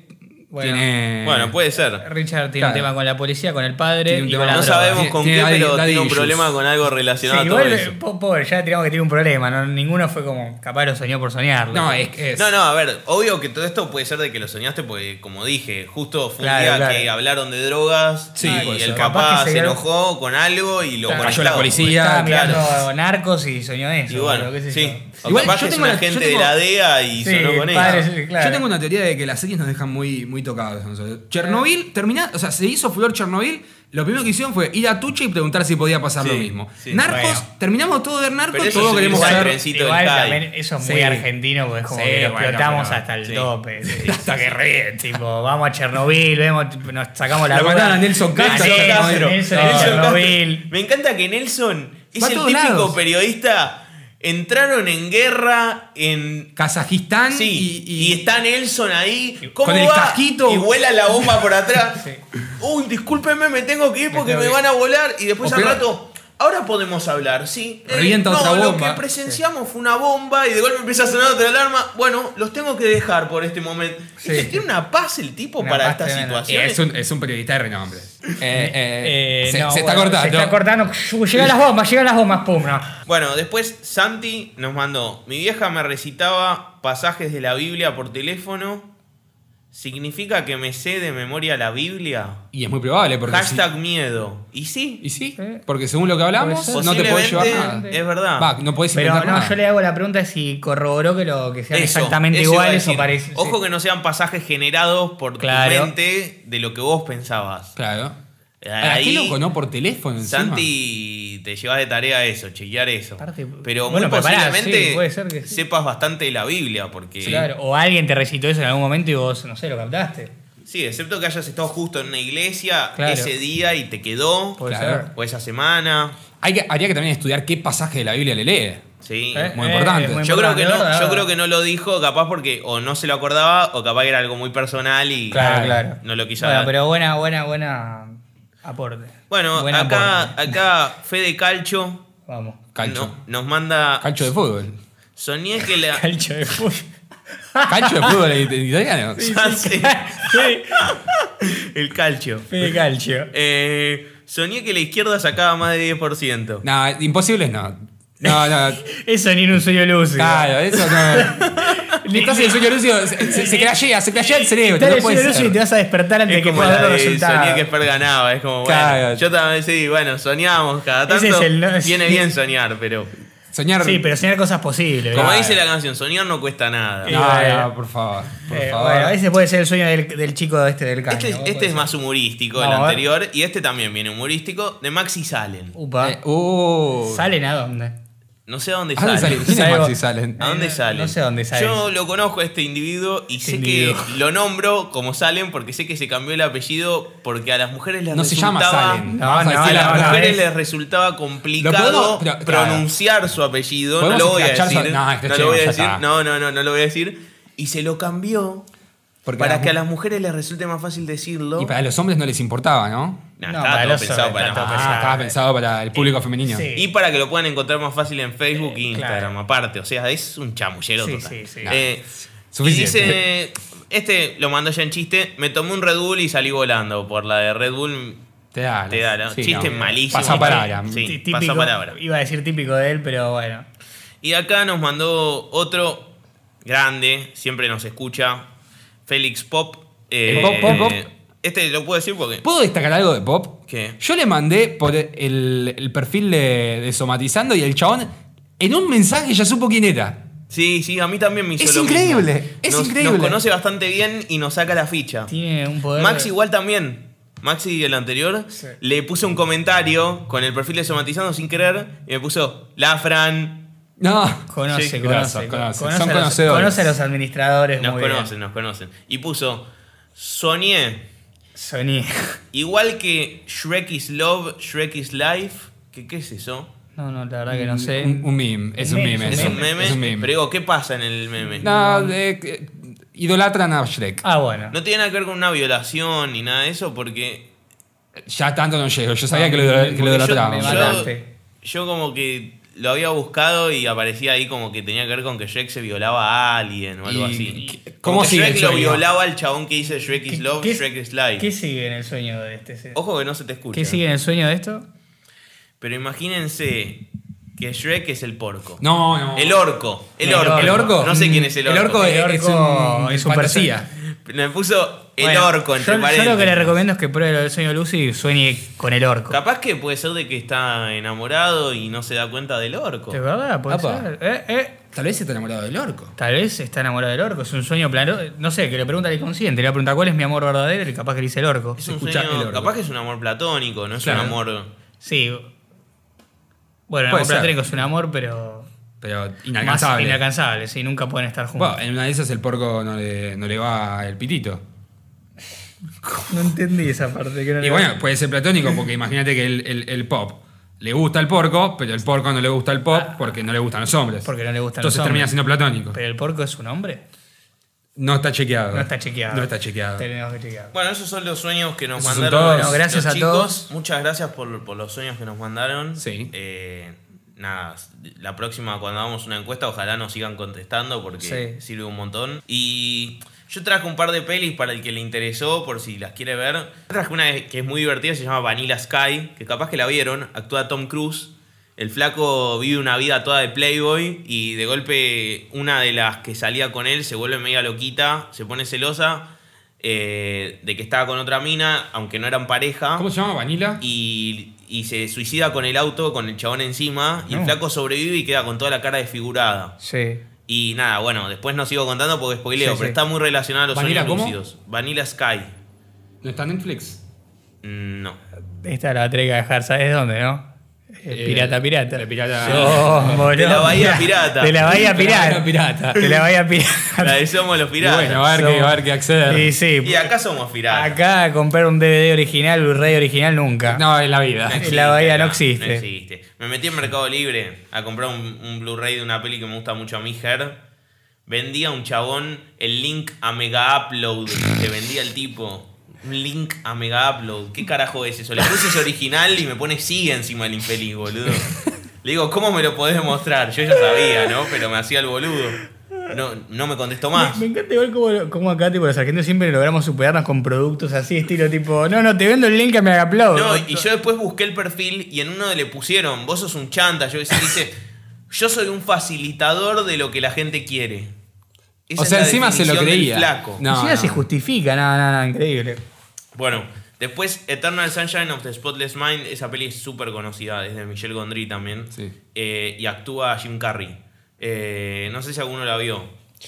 Bueno.
tiene...
Bueno, puede ser.
Richard tiene
Claro.
un tema con la policía, con el padre.
Tiene un
Y
tema
con la
No
droga.
sabemos con
Tiene
qué,
daddy-
pero
daddy
tiene un
issues.
problema con algo relacionado
Sí,
a todo
igual,
eso.
eh, po- pobre, ya tiramos que tiene un problema. ¿no? Ninguno fue como capaz lo soñó por soñarlo.
No, es que... es-
No, no, a ver, obvio que todo esto puede ser de que lo soñaste, porque como dije, justo fue un
Claro,
día
claro.
que hablaron de drogas
Sí, puede
y el
ser.
capaz,
Capaz que
se
se-
enojó con algo y lo
Claro.
conectó.
Cayó la policía.
Estaba
claro.
mirando narcos y soñó eso.
Y
boludo, qué
bueno,
sé
sí.
yo.
O
Igual
capaz
yo
que es
tengo
un
la- yo
agente
tengo-
de la DEA y
Sí,
sonó con
padre,
eso.
sí, claro.
Yo tengo una teoría de que las series nos dejan muy, muy tocados. a nosotros.
Eh.
Chernobyl, termina, o sea, se hizo Flor Chernobyl, lo primero que hicieron fue ir a Tuche y preguntar si podía pasar
Sí,
lo mismo.
sí.
narcos,
Bueno.
terminamos todo de ver
Pero
narcos,
eso
todos
es
queremos
igual,
ser.
tres. trencito
igual
del Tai.
también eso es muy
Sí.
argentino porque es como
Sí,
que lo
bueno,
explotamos
pero-
hasta el
sí.
tope. hasta que ríen, tipo, vamos a Chernobyl, vemos, nos sacamos la
Lo
duda.
mandaron a Nelson Castro.
Nelson
Nelson
Castro,
Castro.
Nelson
No,
Nelson Castro.
Chernobyl.
Me encanta que Nelson es
Va a
el
todos
típico
lados.
periodista. Entraron en guerra en.
Kazajistán
Sí,
y,
y, está Nelson ahí. ¿Cómo
Con el
va?
casquito.
Y vuela la bomba por atrás.
Sí.
Uy, discúlpenme, me tengo que ir porque
tengo
me
que-
van a volar. Y después
O
al
peor.
rato. Ahora podemos hablar, ¿sí? Eh,
Revienta
no,
otra
lo
bomba.
que presenciamos fue una bomba y de golpe empieza a sonar otra alarma. Bueno, los tengo que dejar por este momento.
Sí.
Dice, Tiene una paz el tipo
Una
para
paz
estas
tremenda.
situaciones.
es, un, es un periodista de renombre. Eh, eh,
Eh,
se,
no,
se está
bueno,
cortando.
Se está cortando. Llegan las bombas, llegan las bombas, pum. No.
Bueno, después Santi nos mandó. Mi vieja me recitaba pasajes de la Biblia por teléfono. ¿Significa que me sé de memoria la Biblia?
Y es muy probable porque. si-
Hashtag miedo. ¿y sí?
y sí,
Eh.
porque según lo que hablamos,
Puede ser.
no te podés llevar nada.
Posiblemente, Es verdad.
Va, no podés
Pero
inventar
no,
nada.
yo le hago la pregunta si corroboró que lo que sean
Eso,
exactamente
eso iba a
iguales o
decir.
parecidos.
Ojo que no sean pasajes generados por tu
Claro. Eh,
mente de lo que vos pensabas.
Claro. Ahora,
Ahí,
qué loco, ¿no? Por teléfono encima.
Santi, te llevas de tarea eso, chequear eso.
Aparte,
Pero muy
bueno, pero pará,
posiblemente
sí, puede ser que sí.
sepas bastante de la Biblia, porque
Claro, o alguien te recitó eso en algún momento y vos, no sé, lo captaste.
Sí, excepto que hayas estado justo en una iglesia
Claro.
ese día y te quedó.
Puede
Claro.
ser.
O esa semana.
Hay que, habría que también estudiar qué pasaje de la Biblia le lee.
Sí.
Eh,
muy
eh,
importante.
es muy
Yo creo, que
importante,
no,
¿verdad?
yo creo que no lo dijo, capaz porque o no se lo acordaba o capaz que era algo muy personal y
Claro, claro.
no lo quiso
Bueno,
dar.
pero buena, buena, buena aporte.
Bueno,
Buen
acá,
aporte.
acá Fede Calcho,
Vamos.
Calcho.
no- nos manda.
Calcho de fútbol.
Soñé que la.
Calcho de fútbol.
Calcho de fútbol en italiano.
Ya sé.
Sí,
El calcho.
Fede Calcio.
Eh, soñé que la izquierda sacaba más de 10%.
No, imposibles no. No, no.
Eso ni en un sueño lúcido.
Claro, eso no. Estás en el sueño lúcido, se, se, se crashea, se crashea el cerebro.
Estás en
No
el
puede
sueño lúcido y te
ser.
vas a despertar antes
Es
de que
como la
puedas ver los
de soñé
resultados.
que Esper ganaba, es como, bueno,
Claro.
yo también sí, bueno, soñamos cada tanto,
Ese es el no-
viene bien soñar, pero
Soñar.
Sí, pero soñar cosas posibles.
como
¿verdad?
dice la canción, soñar no cuesta nada.
Eh,
No, no, por favor. Por
Eh,
favor.
bueno, ese puede ser el sueño del, del chico este del caño.
Este, es- este es más humorístico, el
Vamos a ver. Uh.
anterior, y este también viene humorístico, de Maxi Salen.
Upa.
Eh, uh.
¿Salen a dónde?
No sé a dónde
¿A dónde
sale.
sale? ¿Quién es
Salgo-
Maxi Salen?
¿A dónde
Eh, no-
salen?
no sé a dónde salen.
Yo lo conozco a este individuo y sé
individuo.
que lo nombro como Salen porque sé que se cambió el apellido porque a las mujeres les
No se
resultaba
llama Salen.
No,
Vas a
no,
decir
a
la
las
no, no,
verdad.
mujeres
es-
les resultaba
Lo
complicado
podemos- pero, claro.
pronunciar su apellido. No
Podemos
lo voy a
escrachar su-
decir.
no,
No,
escrachemos,
lo voy a
ya
decir.
está.
No, no, no, no lo voy a decir. Y se lo cambió
Porque
eh, para
las-
que a las mujeres les resulte más fácil decirlo.
Y para los hombres no les importaba, ¿no?
Nah,
No,
estaba
para
todo
los
pensado
hombres,
para-
está todo
Ah,
pensado.
estaba pensado para el público femenino.
sí.
Y para que lo puedan encontrar más fácil en Facebook e
Eh,
Instagram,
claro.
aparte. O sea, es un chamullero
Sí,
total.
sí, sí.
Eh,
Suficiente.
Y dice, este lo mandó ya en chiste, me tomé un Red Bull y salí volando por la de Red Bull.
Te da,
Te da, ¿no?
sí,
Chiste malísimo.
Pasa palabra.
Sí.
Tí-
pasapalabra.
Iba a decir típico de él, pero bueno.
Y acá nos mandó otro grande, siempre nos escucha, Félix Pop. Eh,
¿El Pop, Pop, Pop?
Este lo puedo decir porque...
¿Puedo destacar algo de Pop?
¿Qué?
Yo le mandé por el, el perfil de, de Somatizando y el chabón en un mensaje ya supo quién era.
Sí, sí, a mí también me hizo
Es
lo mismo.
increíble, es
Nos-
increíble.
Nos conoce bastante bien y nos saca la ficha.
Tiene un poder.
Max
de-
igual también. Maxi, el anterior,
Sí.
le puse un comentario con el perfil de Somatizando sin querer y me puso, la Fran,
No.
Conoce,
Sí,
conoce, conoce.
conoce, conoce
Son
a los-
conocedores.
Conoce a los administradores
Nos
muy
conocen,
bien.
nos conocen. Y puso, soñé,
Sony.
igual que Shrek is Love, Shrek is Life, que qué es eso?
No, no, la verdad que no sé.
Mm, Un, un meme, es un
Meme,
meme.
Es
eso.
un meme,
Es un
pero digo, ¿qué pasa en el meme? No.
No, de- que- idolatran a Shrek.
Ah, bueno.
tiene nada que ver con una violación ni nada de eso porque
Ya tanto no llego. Yo sabía
No,
que lo, idol- que lo
porque yo-
idolatraban.
me
Ya
yo,
está.
mataste.
yo como que lo había buscado y aparecía ahí como que tenía que ver con que Shrek se violaba a alguien o algo
Y-
así.
y-
Como
¿cómo
que
sigue
Shrek
el
lo
sueño?
violaba al chabón que dice Shrek is Love,
qué-
Shrek is Life.
¿Qué sigue en el sueño de este? ser?
Ojo que no se te escucha.
¿Qué sigue en el sueño de esto?
Pero imagínense que Shrek es el porco.
No, no.
El orco. El
El
orco.
orco.
¿El orco?
No sé quién es el orco.
El orco es,
El
es
orco
un,
es un
fantasía.
Me puso el
Bueno,
orco entre
yo, yo
paréntesis.
lo que le recomiendo es que pruebe lo del sueño de Lucy y sueñe con el orco.
Capaz que puede ser de que está enamorado y no se da cuenta del orco.
¿De verdad? ¿Puede
Apa.
ser? Eh, eh.
Tal vez se está enamorado del orco.
Tal vez está enamorado del orco, es un sueño plano. No sé, que le pregunta al inconsciente, le va a preguntar cuál es mi amor verdadero y capaz que le dice el orco.
Es un
escucha el
sueño,
orco.
capaz que es un amor platónico, no es
Claro.
un amor.
Sí. Bueno, el
Puede
amor
ser.
platónico es un amor, pero.
Pero
Más
inalcanzable.
inalcanzable, sí, nunca pueden estar juntos.
Bueno, en una de esas el porco no le, no le va el pitito.
No entendí esa parte. Que no
Y bueno, puede ser platónico, porque imagínate que el, el- el pop le gusta el porco, pero el porco no le gusta el pop porque no le gustan los hombres.
Ah. Porque no le gustan
Entonces
los
termina
hombres.
siendo platónico.
Pero el porco es un hombre.
No está chequeado.
No está chequeado.
No está chequeado.
Tenemos que chequear.
Bueno, esos son los sueños que nos
Esos son
mandaron.
todos.
los-
Bueno,
gracias
los
a
chicos.
todos.
Muchas gracias por, por los sueños que nos mandaron.
Sí.
Eh, nada, la próxima cuando hagamos una encuesta, ojalá nos sigan contestando porque
Sí.
sirve un montón. Y yo traje un par de pelis para el que le interesó, por si las quiere ver. Traje una que es muy divertida, se llama Vanilla Sky, que capaz que la vieron. Actúa Tom Cruise. El flaco vive una vida toda de playboy y de golpe una de las que salía con él se vuelve media loquita, se pone celosa eh, de que estaba con otra mina, aunque no eran pareja
¿Cómo se llama? ¿Vanilla?
y, y se suicida con el auto, con el chabón encima, y el
No.
flaco sobrevive y queda con toda la cara desfigurada.
Sí.
Y nada, bueno, después no sigo contando porque spoileo,
Sí,
pero
sí.
está muy relacionado a los
¿Vanilla
sueños
cómo?
lúcidos. Vanilla Sky.
¿No está en Netflix?
Mm, No.
Esta la tenés que dejar, ¿sabes dónde, no? El
Eh,
pirata, pirata.
el pirata-
Oh, boludo.
De la bahía pirata.
De la bahía
De la bahía
pirata.
pirata.
De la bahía
La
pirata.
de Somos los
Y
Piratas.
Bueno, a ver, qué,
Somos-
a ver qué acceder.
Sí, sí.
y acá somos piratas.
Acá comprar un DVD original, Blu-ray original, nunca.
No, en la vida.
No existe
la bahía no
acá,
existe.
no existe. Me metí en Mercado Libre a comprar un, un Blu-ray de una peli que me gusta mucho a mí, Her. Vendía un chabón el link a Mega Upload. Le vendía el tipo. Un link a Mega Upload. ¿Qué carajo es eso? Le puse ese original y me pone sigue encima del infeliz, boludo. Le digo, ¿cómo me lo podés mostrar? Yo ya sabía, ¿no? Pero me hacía el boludo. No, no me contestó más.
Me encanta igual como, como acá, tipo, los argentinos siempre logramos superarnos con productos así, estilo tipo, no, no, te vendo el link a Mega Upload.
No, y yo después busqué el perfil y en uno le pusieron, vos sos un chanta. Yo dice, dice, yo soy un facilitador de lo que la gente quiere. Esa
O
es
sea,
la
encima se lo
definición del
creía.
flaco.
No,
Encima
no.
se justifica, nada, nada, increíble.
Bueno, después Eternal Sunshine of the Spotless Mind, esa peli es súper conocida, es de Michel Gondry también.
Sí.
Eh, y actúa Jim Carrey. Eh, no sé si alguno la vio.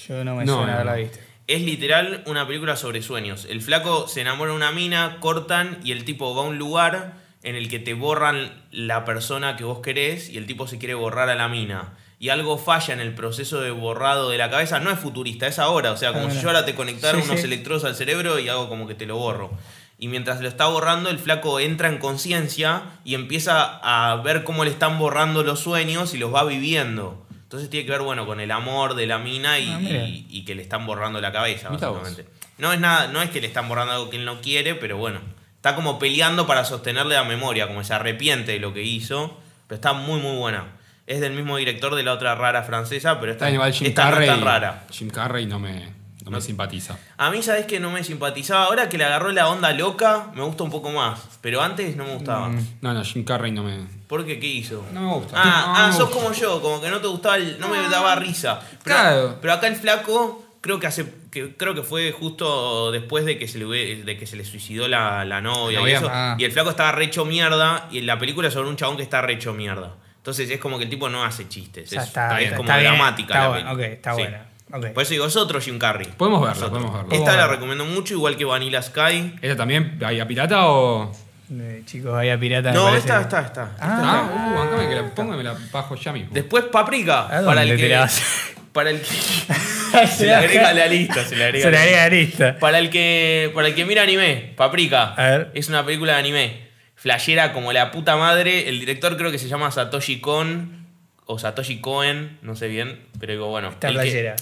Yo no me
No,
suena
no,
haberla
no.
visto.
Es literal una película sobre sueños. El flaco se enamora de una mina, cortan y el tipo va a un lugar en el que te borran la persona que vos querés y el tipo se quiere borrar a la mina. Y algo falla en el proceso de borrado de la cabeza, no es futurista, es ahora. O sea, como
Ah,
si
mira.
yo ahora te conectara
Sí,
unos
sí.
electrodos al cerebro y hago como que te lo borro. Y mientras lo está borrando, el flaco entra en conciencia y empieza a ver cómo le están borrando los sueños y los va viviendo. Entonces tiene que ver, bueno, con el amor de la mina y,
Ah, mira.
y- y que le están borrando la cabeza,
Mirá vos.
básicamente. No es, nada, no es que le están borrando algo que él no quiere, pero bueno. Está como peleando para sostenerle la memoria, como se arrepiente de lo que hizo. Pero está muy, muy buena. Es del mismo director de la otra rara francesa, pero esta,
Está igual Jim
esta no es
Carrey.
tan rara.
Jim Carrey no me, no me simpatiza.
A mí, sabes que no me simpatizaba. Ahora que le agarró la onda loca, me gusta un poco más. Pero antes no me gustaba.
No, no, Jim Carrey no me.
¿Por qué? ¿Qué hizo?
Mm. No me gusta.
Ah,
No
ah,
me
sos
gusta. Ah,
como yo, como que no te gustaba, el- no me daba risa. Pero,
Claro.
pero acá el flaco, creo que hace, que, creo que fue justo después de que se le, hubie- de que se le suicidó la, la novia y
Novia,
eso.
ah.
Y el flaco estaba recho mierda, y la película es sobre un chabón que está recho mierda. Entonces es como que el tipo no hace chistes.
O sea,
es, es como
está bien,
dramática
está
la
bueno,
peli.
ok, está
Sí. Pues-
buena. ok.
Por eso digo, es otro Jim Carrey.
Podemos verla,
Es otro.
podemos
Esta
verla.
Podemos
la
verla.
recomiendo mucho, igual que Vanilla Sky.
¿Esta también? ¿Había pirata o.?
Eh, chicos, vaya pirata. me
No,
parece
esta,
que-
esta, esta.
Ah,
Ah,
uh, bancame que la pongo y me la bajo ya mismo.
Después Paprika.
¿A dónde
Para el
te
que.
la vas?
Para el que. se le agrega a la lista, se le agrega.
se le
a la
agrega lista.
lista. Para el que. Para el que mira anime, Paprika.
A ver.
Es una película de anime. Flashera como la puta madre. El director creo que se llama Satoshi Kon. O Satoshi Cohen, no sé bien. Pero digo, bueno.
Esta
el que-
playera.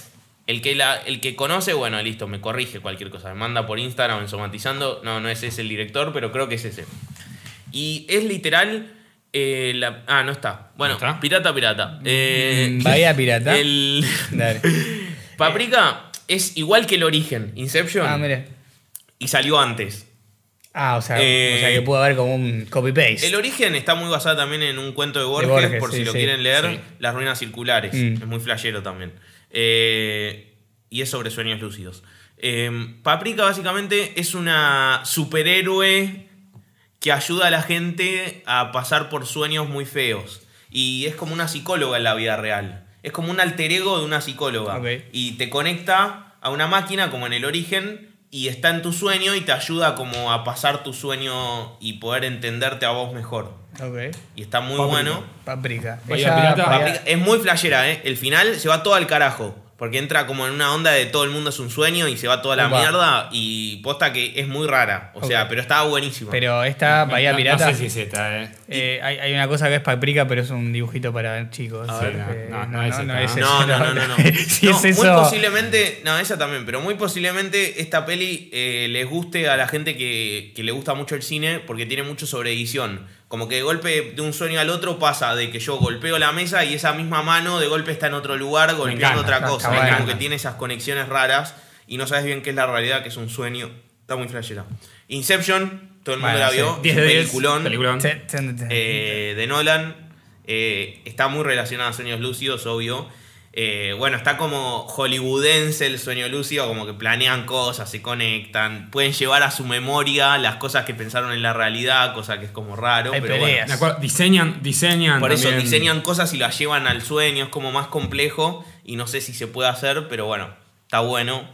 el que, la, el que conoce, bueno, listo, me corrige cualquier cosa. Me manda por Instagram en somatizando. No, no es ese el director, pero creo que es ese. Y es literal. eh, la- ah, no está. Bueno,
¿No está?
pirata, pirata. Eh,
Mm, Bahía pirata. Eh.
el-
Dale.
Paprika es igual que el origen, Inception.
Ah, mire.
y salió antes.
Ah, o sea,
Eh,
o sea que pudo haber como un copy-paste.
El origen está muy basado también en un cuento de Borges,
Borges,
por
sí,
si lo
sí,
quieren leer,
sí.
Las ruinas circulares.
Mm.
Es muy flashero también. Eh, y es sobre sueños lúcidos. Eh, Paprika básicamente es una superhéroe que ayuda a la gente a pasar por sueños muy feos. Y es como una psicóloga en la vida real. Es como un alter ego de una psicóloga.
Ok.
Y te conecta a una máquina como en el origen y está en tu sueño y te ayuda como a pasar tu sueño y poder entenderte a vos mejor.
Ok.
Y está muy
Paprika.
bueno.
Paprika.
Bahía
Ella-
pirata.
Bahía-
Paprika- Es muy flashera, ¿eh? El final se va todo al carajo. Porque entra como en una onda de todo el mundo es un sueño y se va toda la
Opa.
mierda. Y posta que es muy rara. O sea,
Ok.
pero está buenísima.
Pero esta Bahía
No-
Pirata.
No sé si es esta, eh.
eh, hay, hay una cosa que es paprika, pero es un dibujito para chicos.
A ver,
Eh,
no, no, no es esta, ¿no?
No,
eso,
no, no, no. no.
si
No,
es eso.
Muy posiblemente, no, esa también, pero muy posiblemente esta peli eh, les guste a la gente que, que le gusta mucho el cine porque tiene mucho sobre edición. Como que de golpe de un sueño al otro pasa de que yo golpeo la mesa y esa misma mano de golpe está en otro lugar golpeando
encanta,
otra
está
cosa.
bueno.
Es como que tiene esas conexiones raras y no sabes bien qué es la realidad, que es un sueño. Está muy flashera. Inception, todo el mundo
Bueno,
la
sí.
vio.
10 de 10,
Peliculón.
Peliculón.
Ten- ten- ten-
Eh, de Nolan. eh, está muy relacionada a sueños lúcidos, obvio. Eh, bueno, está como hollywoodense el sueño lúcido, como que planean cosas, se conectan, pueden llevar a su memoria las cosas que pensaron en la realidad, cosa que es como raro.
Hay
pero bueno.
peleas.
Me acuerdo, diseñan, diseñan.
Por eso
también.
diseñan cosas y las llevan al sueño, es como más complejo y no sé si se puede hacer, pero bueno, está bueno,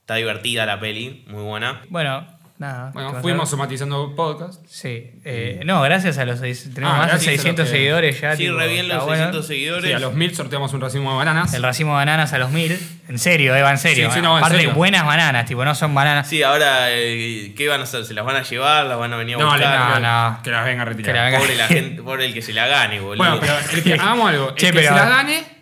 está divertida la peli, muy buena.
Bueno, nada. ¿qué
Bueno,
vas a
fuimos
hacer?
somatizando podcast.
Sí. eh, no, gracias a los seis. Tenemos
Ah,
más de
gracias a los
600
que-
seguidores ya.
sí,
tipo,
re bien
está
los
bueno.
600 seguidores.
Sí, a los mil sorteamos un racimo de bananas.
El racimo de bananas a los mil. En serio, Eva, en serio.
Sí, sí, no, en
Aparte,
serio.
buenas bananas, tipo, no son bananas
Sí, ahora, eh, ¿qué van a hacer? ¿Se las van a llevar? ¿Las van a venir a
no,
buscar?
le- no,
no.
no, que las vengan a retirar.
que la vengan-
Pobre la gente, pobre el que se la gane, boludo.
Bueno, pero el que, hagamos algo. El
Che,
que
pero-
se la gane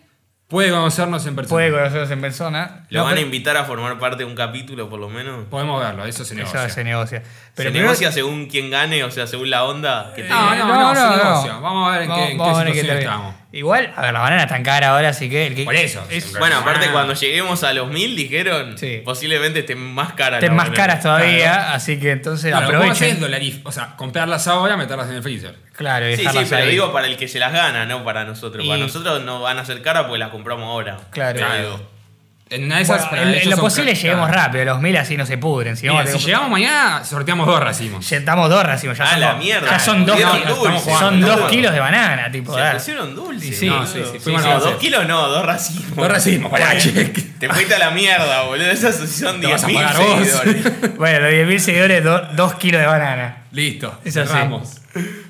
puede conocernos en persona.
Puede conocerlos en persona.
Lo
No,
van
pero-
a invitar a formar parte de un capítulo, por lo menos.
Podemos verlo, eso se
Eso
negocia.
se negocia. Pero
¿Se
primero-
negocia según quién gane? O sea, según la onda que
No,
tenga.
no, se negocia. Vamos a ver en qué- en qué
vamos a ver en
situación
termina.
estamos.
Igual, a ver, la banana tan cara ahora, así que. El que
Por eso.
es-
Bueno, aparte,
Ah.
cuando lleguemos a los mil, dijeron,
Sí.
posiblemente estén más caras.
estén
las
más
bananas.
caras todavía, así que entonces
Claro, lo que hacer es
aprovechen.
dolarif- O sea, comprarlas ahora, meterlas en el freezer.
Claro, y
Sí, sí,
dejarlas
pero
ahí.
digo para el que se las gana, no para nosotros. Para
Y-
nosotros no van a ser caras porque las compramos ahora.
Claro.
Pero-
En una de esas.
Bueno,
para
en- en,
ellos
lo
son
posible
caras.
lleguemos rápido, los mil así no se pudren. Si,
Mira,
vamos a
si
tener-
llegamos mañana, sorteamos dos racimos.
Sentamos dos racimos, ya
Ah,
son,
la
dos-
mierda.
ya son dos,
Pusieron
kilos-
dulce,
estamos jugando.
son
dos
boludo.
kilos de banana, tipo.
Se
dale.
pusieron dulces.
Y sí,
boludo.
no, sí, sí,
No,
fuimos a-
dos kilos no, dos racimos.
Dos racimos, pará, che.
Te fuiste a la mierda, boludo. Esas son
Te vas a
10.000
pagar vos.
seguidores.
Bueno, los 10.000 seguidores, do- dos kilos de banana.
Listo.
Es así.
Cerramos.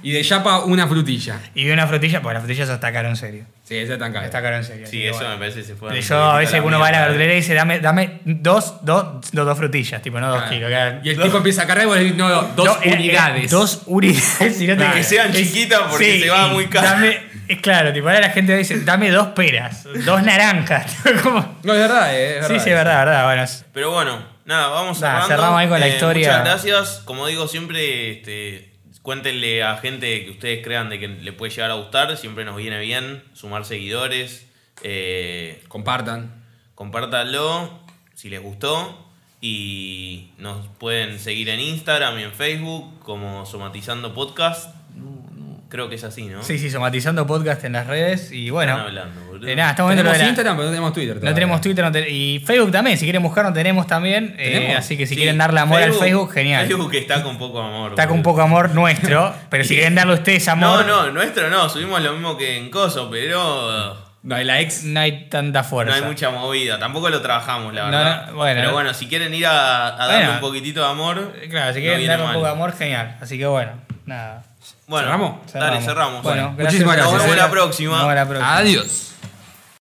Y de chapa una frutilla.
Y una frutilla, porque las frutillas está caro en serio.
Sí, esa tan cara.
Está caro en serio. así
Sí,
que
eso
bueno.
me parece que se fue.
Pero
un
Yo
poquito
a veces
la
uno va a la
mierda.
verdulería y dice, dame, dame dos, dos, dos, dos frutillas, tipo, no dos
Ah,
kilos. que-
Y el tipo empieza a cargar y vos decís, no, no, dos
No, era- era
unidades.
Dos unidades. si no te-
Que sean chiquitas porque se va muy caro.
dame- es claro, tipo, ahora la gente dice, dame dos peras, dos naranjas. Como-
No, es verdad, eh, es verdad.
sí, sí, es verdad, verdad. Bueno, es-
Pero bueno, nada, vamos cerrando.
Nada,
Eh,
cerramos ahí con la historia.
Muchas gracias. Como digo siempre, este, cuéntenle a gente que ustedes crean de que le puede llegar a gustar. Siempre nos viene bien sumar seguidores. Eh,
Compartan.
compártanlo si les gustó. Y nos pueden seguir en Instagram y en Facebook como Somatizando Podcast. Creo que es así, ¿no?
sí, sí, somatizando podcast en las redes. Y
Están
bueno,
hablando, boludo.
eh, nada, estamos viendo lo
Tenemos
de la-
Instagram, pero no tenemos Twitter.
No
todavía.
tenemos Twitter no te- y Facebook también. Si quieren buscar, no tenemos también. eh,
¿Tenemos?
así que si
Sí,
quieren darle amor al Facebook, genial.
Facebook que está con poco amor.
Está con
boludo.
poco amor nuestro, pero si quieren darle ustedes amor,
No, no, nuestro no. Subimos lo mismo que en Coso, pero.
No hay likes.
no hay tanta fuerza.
No hay mucha movida, tampoco lo trabajamos, la
No,
verdad.
no, bueno.
Pero bueno, si quieren ir a, a darle
Bueno.
un poquitito de amor.
Eh, Claro, si
no
quieren
viene
darle un
mal.
poco de amor, genial. Así que bueno, nada.
Bueno,
¿Cerramos?
Dale, cerramos.
Bueno,
Bueno,
gracias.
muchísimas gracias. eh. Ah,
Nos vemos
Nos
la próxima.
vemos la próxima.
Adiós.